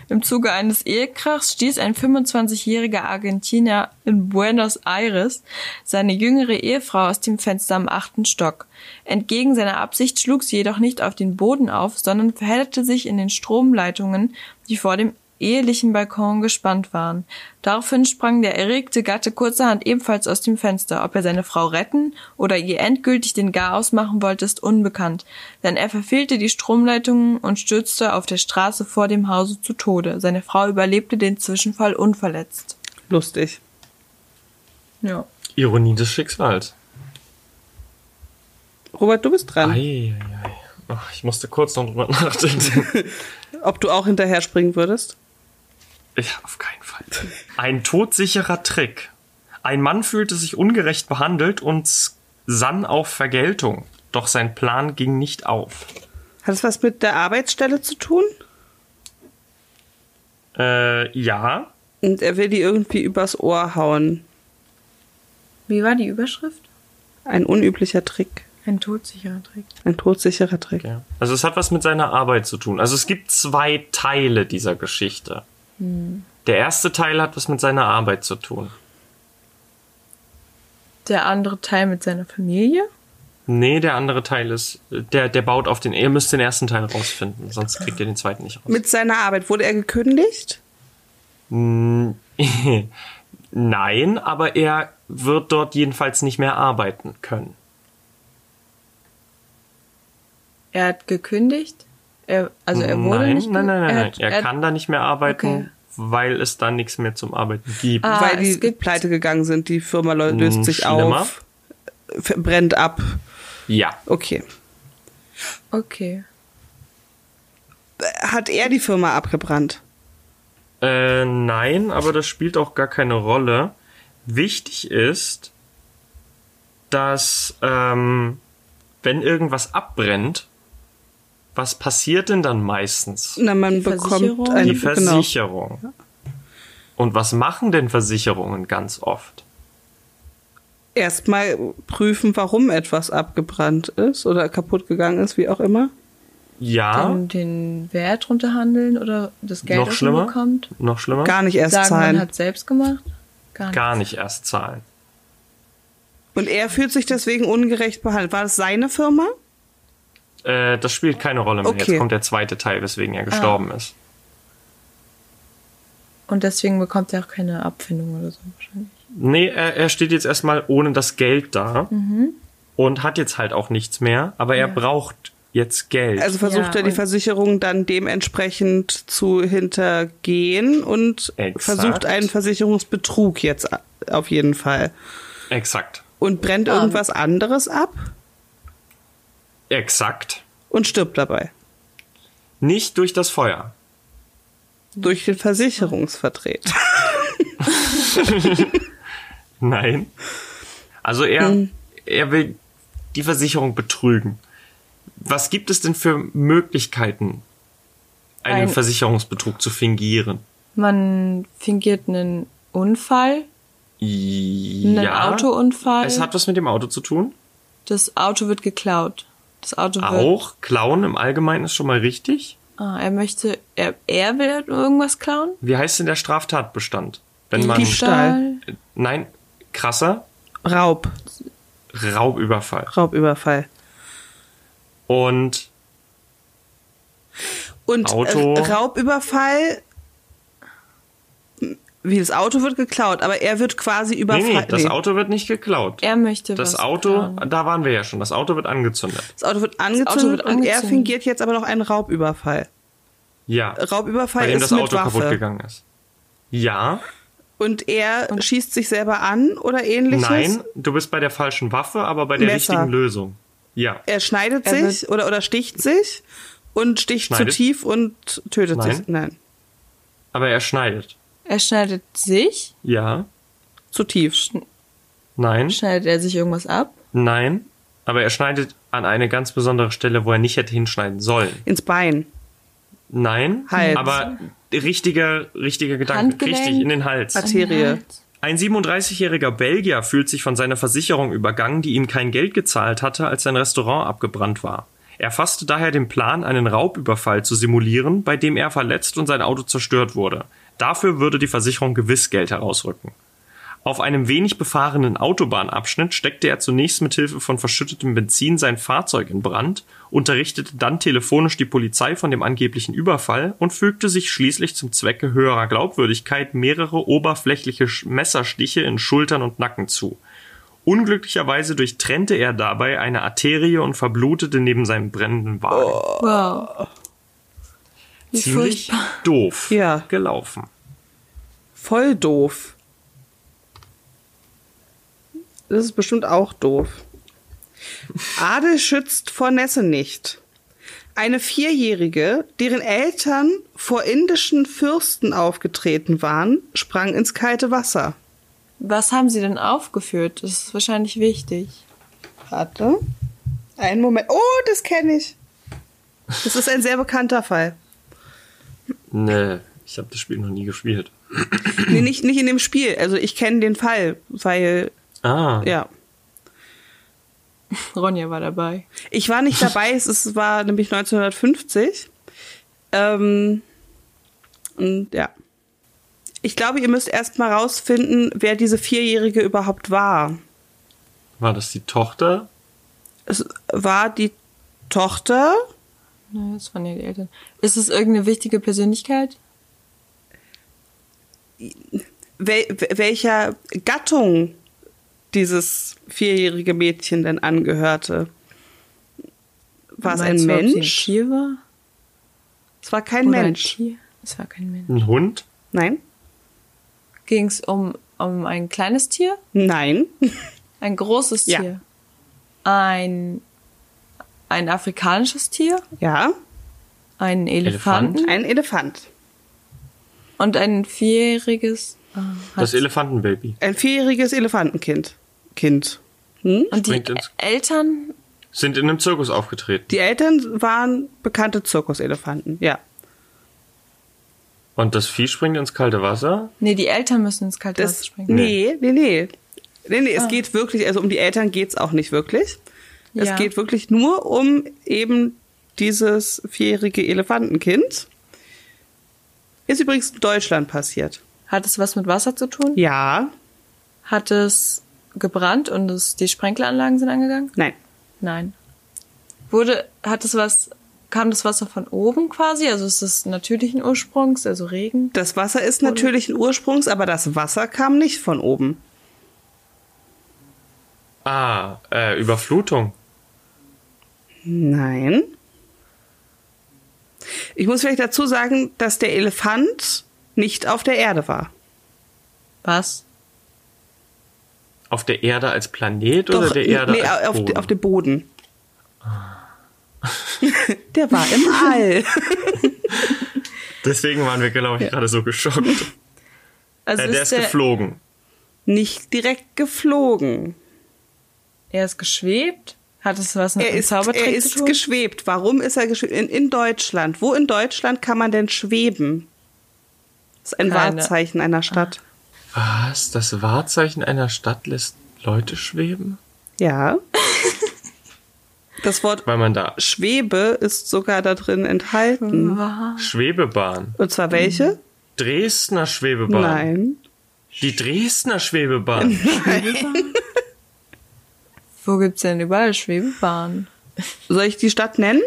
S3: Im Zuge eines Ehekrachs stieß ein 25-jähriger Argentinier in Buenos Aires seine jüngere Ehefrau aus dem Fenster am achten Stock. Entgegen seiner Absicht schlug sie jedoch nicht auf den Boden auf, sondern verhedderte sich in den Stromleitungen, die vor dem ehelichen Balkon gespannt waren. Daraufhin sprang der erregte Gatte kurzerhand ebenfalls aus dem Fenster. Ob er seine Frau retten oder ihr endgültig den Garaus machen wollte, ist unbekannt, denn er verfehlte die Stromleitungen und stürzte auf der Straße vor dem Hause zu Tode. Seine Frau überlebte den Zwischenfall unverletzt.
S2: Lustig.
S3: Ja.
S1: Ironie des Schicksals.
S2: Robert, du bist dran.
S1: Ei, ei, ei. Ach, ich musste kurz noch drüber (laughs) nachdenken.
S2: Ob du auch hinterher springen würdest?
S1: ja, auf keinen Fall. Ein todsicherer Trick. Ein Mann fühlte sich ungerecht behandelt und sann auf Vergeltung. Doch sein Plan ging nicht auf.
S2: Hat es was mit der Arbeitsstelle zu tun?
S1: Äh, ja.
S2: Und er will die irgendwie übers Ohr hauen.
S3: Wie war die Überschrift?
S2: Ein unüblicher Trick.
S3: Ein todsicherer Trick.
S2: Ein todsicherer Trick.
S1: ja. Also es hat was mit seiner Arbeit zu tun. Also es gibt zwei Teile dieser Geschichte. Der erste Teil hat was mit seiner Arbeit zu tun.
S3: Der andere Teil mit seiner Familie?
S1: Nee, der andere Teil ist, äh, der, der baut auf den, ihr müsst den ersten Teil rausfinden,
S3: (laughs)
S1: sonst kriegt ihr den zweiten nicht raus. (laughs)
S2: Mit seiner Arbeit wurde er gekündigt?
S1: Nein, aber er wird dort jedenfalls nicht mehr arbeiten können.
S3: Er hat gekündigt? Er, also er wurde
S1: nein,
S3: nicht
S1: nein, nein, nein,
S3: er
S1: nein.
S3: hat-
S1: Er, kann da nicht mehr arbeiten,
S3: Okay.
S1: weil es da nichts mehr zum Arbeiten gibt.
S3: Ah,
S2: weil die
S3: es gibt-
S2: pleite gegangen sind. Die Firma lö-
S1: Hm,
S2: löst sich
S1: schlimmer.
S2: auf, f- brennt ab.
S1: Ja.
S2: Okay.
S3: Okay.
S2: Hat er die Firma abgebrannt?
S1: Äh, nein, aber das spielt auch gar keine Rolle. Wichtig ist, dass ähm, wenn irgendwas abbrennt, was passiert denn dann meistens?
S2: Na, man
S3: Die Versicherung?
S2: bekommt eine genau.
S1: Die Versicherung. Und was machen denn Versicherungen ganz oft?
S2: Erstmal prüfen, warum etwas abgebrannt ist oder kaputt gegangen ist, wie auch immer.
S1: Ja,
S3: Den, den Wert runterhandeln oder das Geld,
S1: noch
S3: das
S1: schlimmer.
S3: man bekommt?
S1: Noch schlimmer?
S2: Gar nicht erst
S3: Sagen, man
S2: zahlen.
S3: hat selbst gemacht? Gar,
S1: Gar nicht erst zahlen.
S2: Und er fühlt sich deswegen ungerecht behandelt. War das seine Firma?
S1: Äh, das spielt keine Rolle mehr.
S2: Okay. Ah.
S1: Jetzt kommt der zweite Teil, weswegen er gestorben ist.
S3: Und deswegen bekommt er auch keine Abfindung oder so wahrscheinlich.
S2: Mhm.
S1: Nee, er, er steht jetzt erstmal ohne das Geld da und hat jetzt halt auch nichts mehr, aber er braucht jetzt Geld.
S2: Also versucht
S3: Ja,
S2: er die
S3: und-
S2: Versicherung dann dementsprechend zu hintergehen und
S1: Exakt.
S2: versucht einen Versicherungsbetrug jetzt a- auf jeden Fall.
S1: Exakt.
S2: Und brennt
S3: Ah.
S2: irgendwas anderes ab
S1: Exakt.
S2: und stirbt dabei.
S1: Nicht durch das Feuer.
S2: Durch den Versicherungsvertreter.
S1: (laughs) Nein. Also er,
S3: Hm.
S1: er will die Versicherung betrügen. Was gibt es denn für Möglichkeiten, einen
S3: Ein-
S1: Versicherungsbetrug zu fingieren?
S3: Man fingiert einen Unfall, einen
S1: Ja.
S3: Autounfall.
S1: Es hat was mit dem Auto zu tun.
S3: das Auto wird geklaut. Das Auto wird.
S1: Auch klauen im Allgemeinen ist schon mal richtig.
S3: Ah, er möchte, er, er will irgendwas klauen?
S1: Wie heißt denn der Straftatbestand? Wenn man
S2: Diebstahl.
S1: nein, krasser
S2: Raub.
S1: Raubüberfall.
S2: Raubüberfall.
S1: Und
S2: Und
S1: Auto.
S2: äh, Raubüberfall. Wie das Auto wird geklaut, aber er wird quasi
S1: nee,
S2: überfallen.
S1: nee, das Auto wird nicht geklaut.
S3: Er möchte
S1: das
S3: was
S1: Auto,
S3: klauen.
S1: da waren wir ja schon. Das Auto wird angezündet.
S2: das Auto wird angezündet
S3: wird
S2: und er
S3: angezündet.
S2: fingiert jetzt aber noch einen Raubüberfall.
S1: Ja.
S2: Raubüberfall
S1: bei dem
S2: ist
S1: das
S2: mit
S1: Auto
S2: Waffe.
S1: kaputt gegangen ist. Ja,
S2: Und er schießt sich selber an oder ähnliches?
S1: nein, du bist bei der falschen Waffe, aber bei der
S2: Messer.
S1: richtigen Lösung. Ja,
S2: Er schneidet
S3: Er wird-
S2: sich oder, oder sticht sich und sticht
S1: Schneidet?
S2: zu tief und tötet
S1: Nein.
S2: sich. Nein,
S1: aber er schneidet.
S3: Er schneidet sich,
S1: Ja,
S2: zu tief.
S1: nein,
S3: schneidet er sich irgendwas ab?
S1: nein, aber er schneidet an eine ganz besondere Stelle, wo er nicht hätte hinschneiden sollen.
S2: Ins Bein.
S1: Nein,
S2: Hals.
S1: aber richtiger, richtiger Gedanke,
S3: Handgelenk.
S1: richtig in den Hals.
S2: Arterie.
S1: Ein 37-jähriger Belgier fühlt sich von seiner Versicherung übergangen, die ihm kein Geld gezahlt hatte, als sein Restaurant abgebrannt war. Er fasste daher den Plan, einen Raubüberfall zu simulieren, bei dem er verletzt und sein Auto zerstört wurde. Dafür würde die Versicherung gewiss Geld herausrücken. Auf einem wenig befahrenen Autobahnabschnitt steckte er zunächst mit Hilfe von verschüttetem Benzin sein Fahrzeug in Brand, unterrichtete dann telefonisch die Polizei von dem angeblichen Überfall und fügte sich schließlich zum Zwecke höherer Glaubwürdigkeit mehrere oberflächliche Sch- Messerstiche in Schultern und Nacken zu. Unglücklicherweise durchtrennte er dabei eine Arterie und verblutete neben seinem brennenden Wagen.
S2: Oh.
S3: Wow. Wie
S1: Ziemlich
S3: furchtbar.
S1: doof
S2: Ja.
S1: gelaufen.
S2: Voll doof. Das ist bestimmt auch doof. Adel schützt vor Nässe nicht. Eine Vierjährige, deren Eltern vor indischen Fürsten aufgetreten waren, sprang ins kalte Wasser.
S3: Was haben sie denn aufgeführt? Das ist wahrscheinlich wichtig.
S2: Warte. Einen Moment. Oh, das kenne ich. Das ist ein sehr bekannter Fall.
S1: Nee, ich habe das Spiel noch nie gespielt.
S2: Nee, nicht, nicht in dem Spiel. Also ich kenne den Fall, weil,
S1: Ah,
S2: ja.
S3: Ronja war dabei.
S2: Ich war nicht dabei, es ist, war nämlich 1950. Ähm, und ja. Ich glaube, ihr müsst erst mal rausfinden, wer diese Vierjährige überhaupt war.
S1: war das die Tochter
S2: Es war die Tochter
S3: Naja, das waren ja die Eltern. Ist es irgendeine wichtige Persönlichkeit?
S2: wel wel- welcher Gattung dieses vierjährige Mädchen denn angehörte. War es ein
S3: Meinst du, ob sie Ein
S2: Mensch?
S3: Tier war?
S2: Es war kein
S3: Oder Ein
S2: Mensch.
S3: Tier? Es war kein Mensch.
S1: Ein Hund?
S2: Nein?
S3: Ging es um, um ein kleines Tier?
S2: Nein.
S3: Ein großes
S2: Ja.
S3: Tier? Ein, ein afrikanisches Tier?
S2: Ja,
S3: Einen
S1: Elefant?
S3: Elefanten?
S2: ein Elefant.
S3: Und ein vierjähriges. ah, hat-
S1: Das Elefantenbaby.
S2: Ein vierjähriges Elefantenkind. Kind. Hm?
S3: und die
S1: Springt ins-
S3: Eltern?
S1: Sind in einem Zirkus aufgetreten.
S2: Die Eltern waren bekannte Zirkuselefanten, ja.
S1: Und das Vieh springt ins kalte Wasser?
S3: Nee, die Eltern müssen ins kalte Wasser
S2: Das,
S3: springen. Ah.
S2: nee, nee, nee. Nee, nee, es geht wirklich, also um die Eltern geht's auch nicht wirklich. Es
S3: Ja.
S2: geht wirklich nur um eben dieses vierjährige Elefantenkind. Ist übrigens in Deutschland passiert.
S3: Hat es was mit Wasser zu tun?
S2: Ja,
S3: Hat es gebrannt und es, die Sprenkleranlagen sind angegangen?
S2: nein.
S3: Nein. Wurde, hat es was, kam das Wasser von oben quasi? Also ist es natürlichen Ursprungs, also Regen?
S2: Das Wasser ist natürlichen Ursprungs, aber das Wasser kam nicht von oben.
S1: Ah, äh, Überflutung.
S2: Nein. Ich muss vielleicht dazu sagen, dass der Elefant nicht auf der Erde war.
S3: Was?
S1: Auf der Erde als Planet oder der Erde
S2: nee,
S1: als
S2: auf,
S1: Boden? Ah.
S2: auf dem Boden. (laughs) der war
S1: (laughs)
S2: im All.
S1: Deswegen waren wir, glaube ich, gerade so geschockt.
S3: Also
S1: Äh, der ist geflogen.
S2: nicht direkt geflogen.
S3: Er ist geschwebt? Hat es was mit
S2: Er
S3: einem
S2: ist,
S3: Zaubertrick
S2: er ist
S3: zu tun?
S2: geschwebt. Warum ist er geschwebt? In, in Deutschland. Wo in Deutschland kann man denn schweben? Das ist ein
S3: Keine.
S2: Wahrzeichen
S1: Ah.
S2: einer Stadt.
S1: Was? Das Wahrzeichen einer Stadt lässt Leute schweben? (laughs)
S2: Ja. Das Wort
S1: Weil man da
S2: Schwebe ist sogar da drin
S1: Ah.
S2: enthalten.
S1: Schwebebahn.
S2: Und zwar welche?
S1: Mhm. Dresdner Schwebebahn.
S2: Nein.
S1: Die Dresdner
S2: (laughs)
S1: Schwebebahn.
S3: Wo gibt's denn überall Schwebebahnen?
S2: Soll ich die Stadt nennen?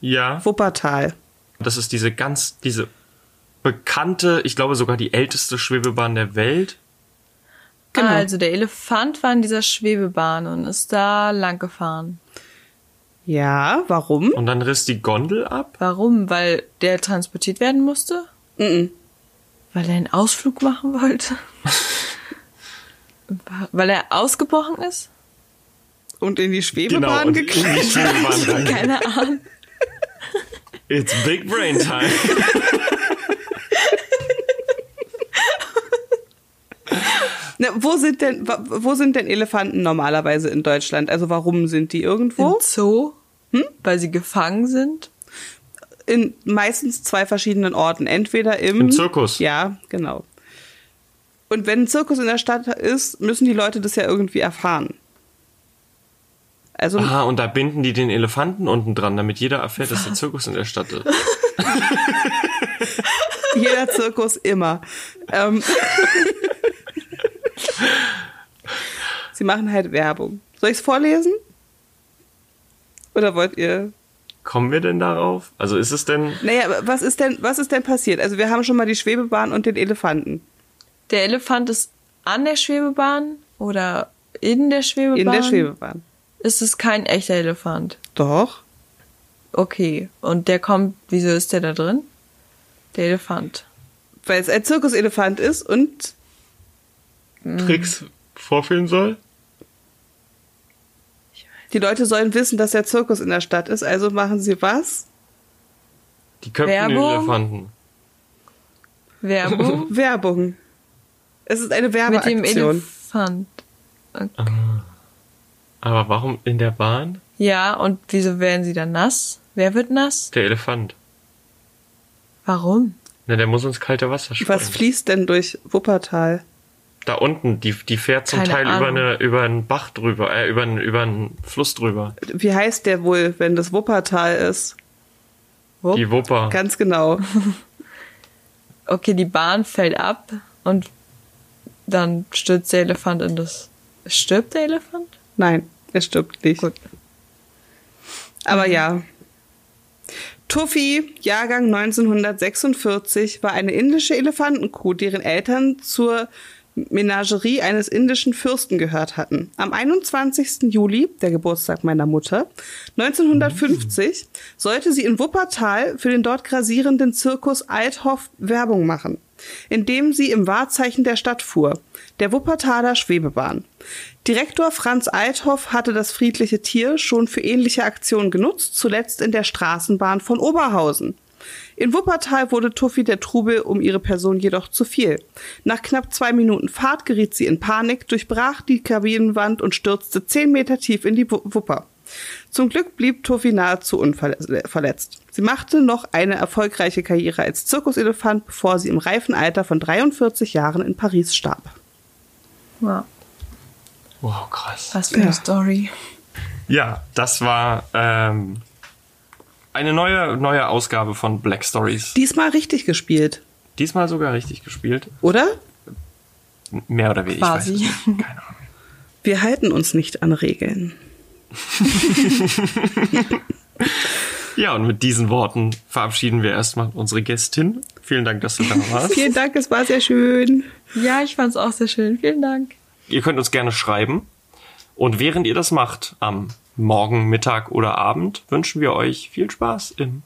S1: ja.
S2: Wuppertal.
S1: Das ist diese ganz, diese bekannte, ich glaube sogar die älteste Schwebebahn der Welt.
S2: Genau.
S3: Ah, also der Elefant war in dieser Schwebebahn und ist da lang gefahren.
S2: Ja, warum?
S1: Und dann riss die Gondel ab.
S3: Warum? Weil der transportiert werden musste?
S2: Mhm.
S3: Weil er einen Ausflug machen wollte?
S2: (laughs)
S3: Weil er ausgebrochen ist?
S2: Und in die Schwebebahn
S1: Genau, und in
S2: geklemmt.
S1: die
S3: (laughs)
S1: Schwebebahn rein.
S3: Keine Ahnung.
S1: It's Big Brain
S3: (laughs)
S1: Time.
S2: Na, Ne, wo sind denn wa- wo sind denn Elefanten normalerweise in Deutschland? Also warum sind die
S3: Im
S2: irgendwo?
S3: Zoo?
S2: Hm?
S3: Weil sie gefangen sind?
S2: In meistens zwei verschiedenen Orten, entweder im,
S1: Im Zirkus.
S2: Ja, genau. Und wenn ein Zirkus in der Stadt ist, müssen die Leute das ja irgendwie erfahren. Also
S1: Ah, und da binden die den Elefanten unten dran, damit jeder erfährt, dass der Zirkus in der Stadt ist.
S2: jeder Zirkus immer. Ähm, Sie machen halt Werbung. Soll ich es vorlesen? Oder wollt ihr
S1: Kommen wir denn darauf? Also ist es denn
S2: Naja, aber was ist denn, was ist denn passiert? Also wir haben schon mal die Schwebebahn und den Elefanten.
S3: Der Elefant ist an der Schwebebahn oder in der Schwebebahn?
S2: In der Schwebebahn.
S3: Ist es kein echter Elefant?
S2: Doch.
S3: Okay. Und der kommt, wieso ist der da drin? Der Elefant.
S2: Weil es ein Zirkuselefant ist und
S3: Hm.
S1: Tricks vorführen soll?
S2: die Leute sollen wissen, dass der Zirkus in der Stadt ist. Also machen sie was?
S1: Die köpfen den
S3: Werbung?
S1: Elefanten.
S2: (laughs)
S3: Werbung
S2: Werbung. Es ist eine
S3: mit dem
S2: Werbeaktion.
S3: Elefant. Okay.
S1: Aber warum in der Bahn?
S3: Ja, und wieso werden sie dann nass? Wer wird nass?
S1: Der Elefant.
S3: Warum?
S1: Na, der muss ins kalte Wasser springen.
S2: Was fließt denn durch Wuppertal?
S1: Da unten, die, die fährt zum
S3: Keine
S1: Teil über,
S3: Ahnung.
S1: eine, über einen Bach drüber, äh, über, einen, über einen Fluss drüber.
S2: Wie heißt der wohl, wenn das Wuppertal ist?
S3: Wupp.
S1: Die Wupper.
S2: Ganz genau.
S3: Okay, die Bahn fällt ab und dann stürzt der Elefant in das. Stirbt der Elefant?
S2: Nein, er stirbt nicht.
S3: Gut.
S2: Aber ja. Tuffy, Jahrgang 1946, war eine indische Elefantenkuh, deren Eltern zur Menagerie eines indischen Fürsten gehört hatten. Am 21. Juli, der Geburtstag meiner Mutter, 1950, sollte sie in Wuppertal für den dort grasierenden Zirkus Althoff Werbung machen, indem sie im Wahrzeichen der Stadt fuhr, der Wuppertaler Schwebebahn. Direktor Franz Althoff hatte das friedliche Tier schon für ähnliche Aktionen genutzt, zuletzt in der Straßenbahn von Oberhausen. In Wuppertal wurde Tuffy der Trubel um ihre Person jedoch zu viel. Nach knapp zwei Minuten Fahrt geriet sie in Panik, durchbrach die Kabinenwand und stürzte zehn Meter tief in die Wu- Wupper. Zum Glück blieb Tuffy nahezu unverletzt. Sie machte noch eine erfolgreiche Karriere als Zirkuselefant, bevor sie im reifen Alter von 43 Jahren in Paris starb.
S3: Wow,
S1: Wow, krass.
S3: was für eine
S2: Ja.
S3: Story.
S1: Ja, das war ähm, eine neue, neue Ausgabe von Black Stories.
S2: Diesmal richtig gespielt,
S1: Diesmal sogar richtig gespielt.
S2: oder?
S1: Mehr oder weniger.
S3: Quasi.
S1: Ich weiß
S3: (laughs)
S1: es nicht. Keine Ahnung.
S2: Wir halten uns nicht an Regeln.
S1: Ja, und mit diesen Worten verabschieden wir erstmal unsere Gästin. Vielen Dank, dass du da warst.
S2: Vielen Dank, es war sehr schön.
S3: Ja, ich fand's auch sehr schön. Vielen Dank.
S1: Ihr könnt uns gerne schreiben Und während ihr das macht, am Morgen, Mittag oder Abend, wünschen wir euch viel Spaß im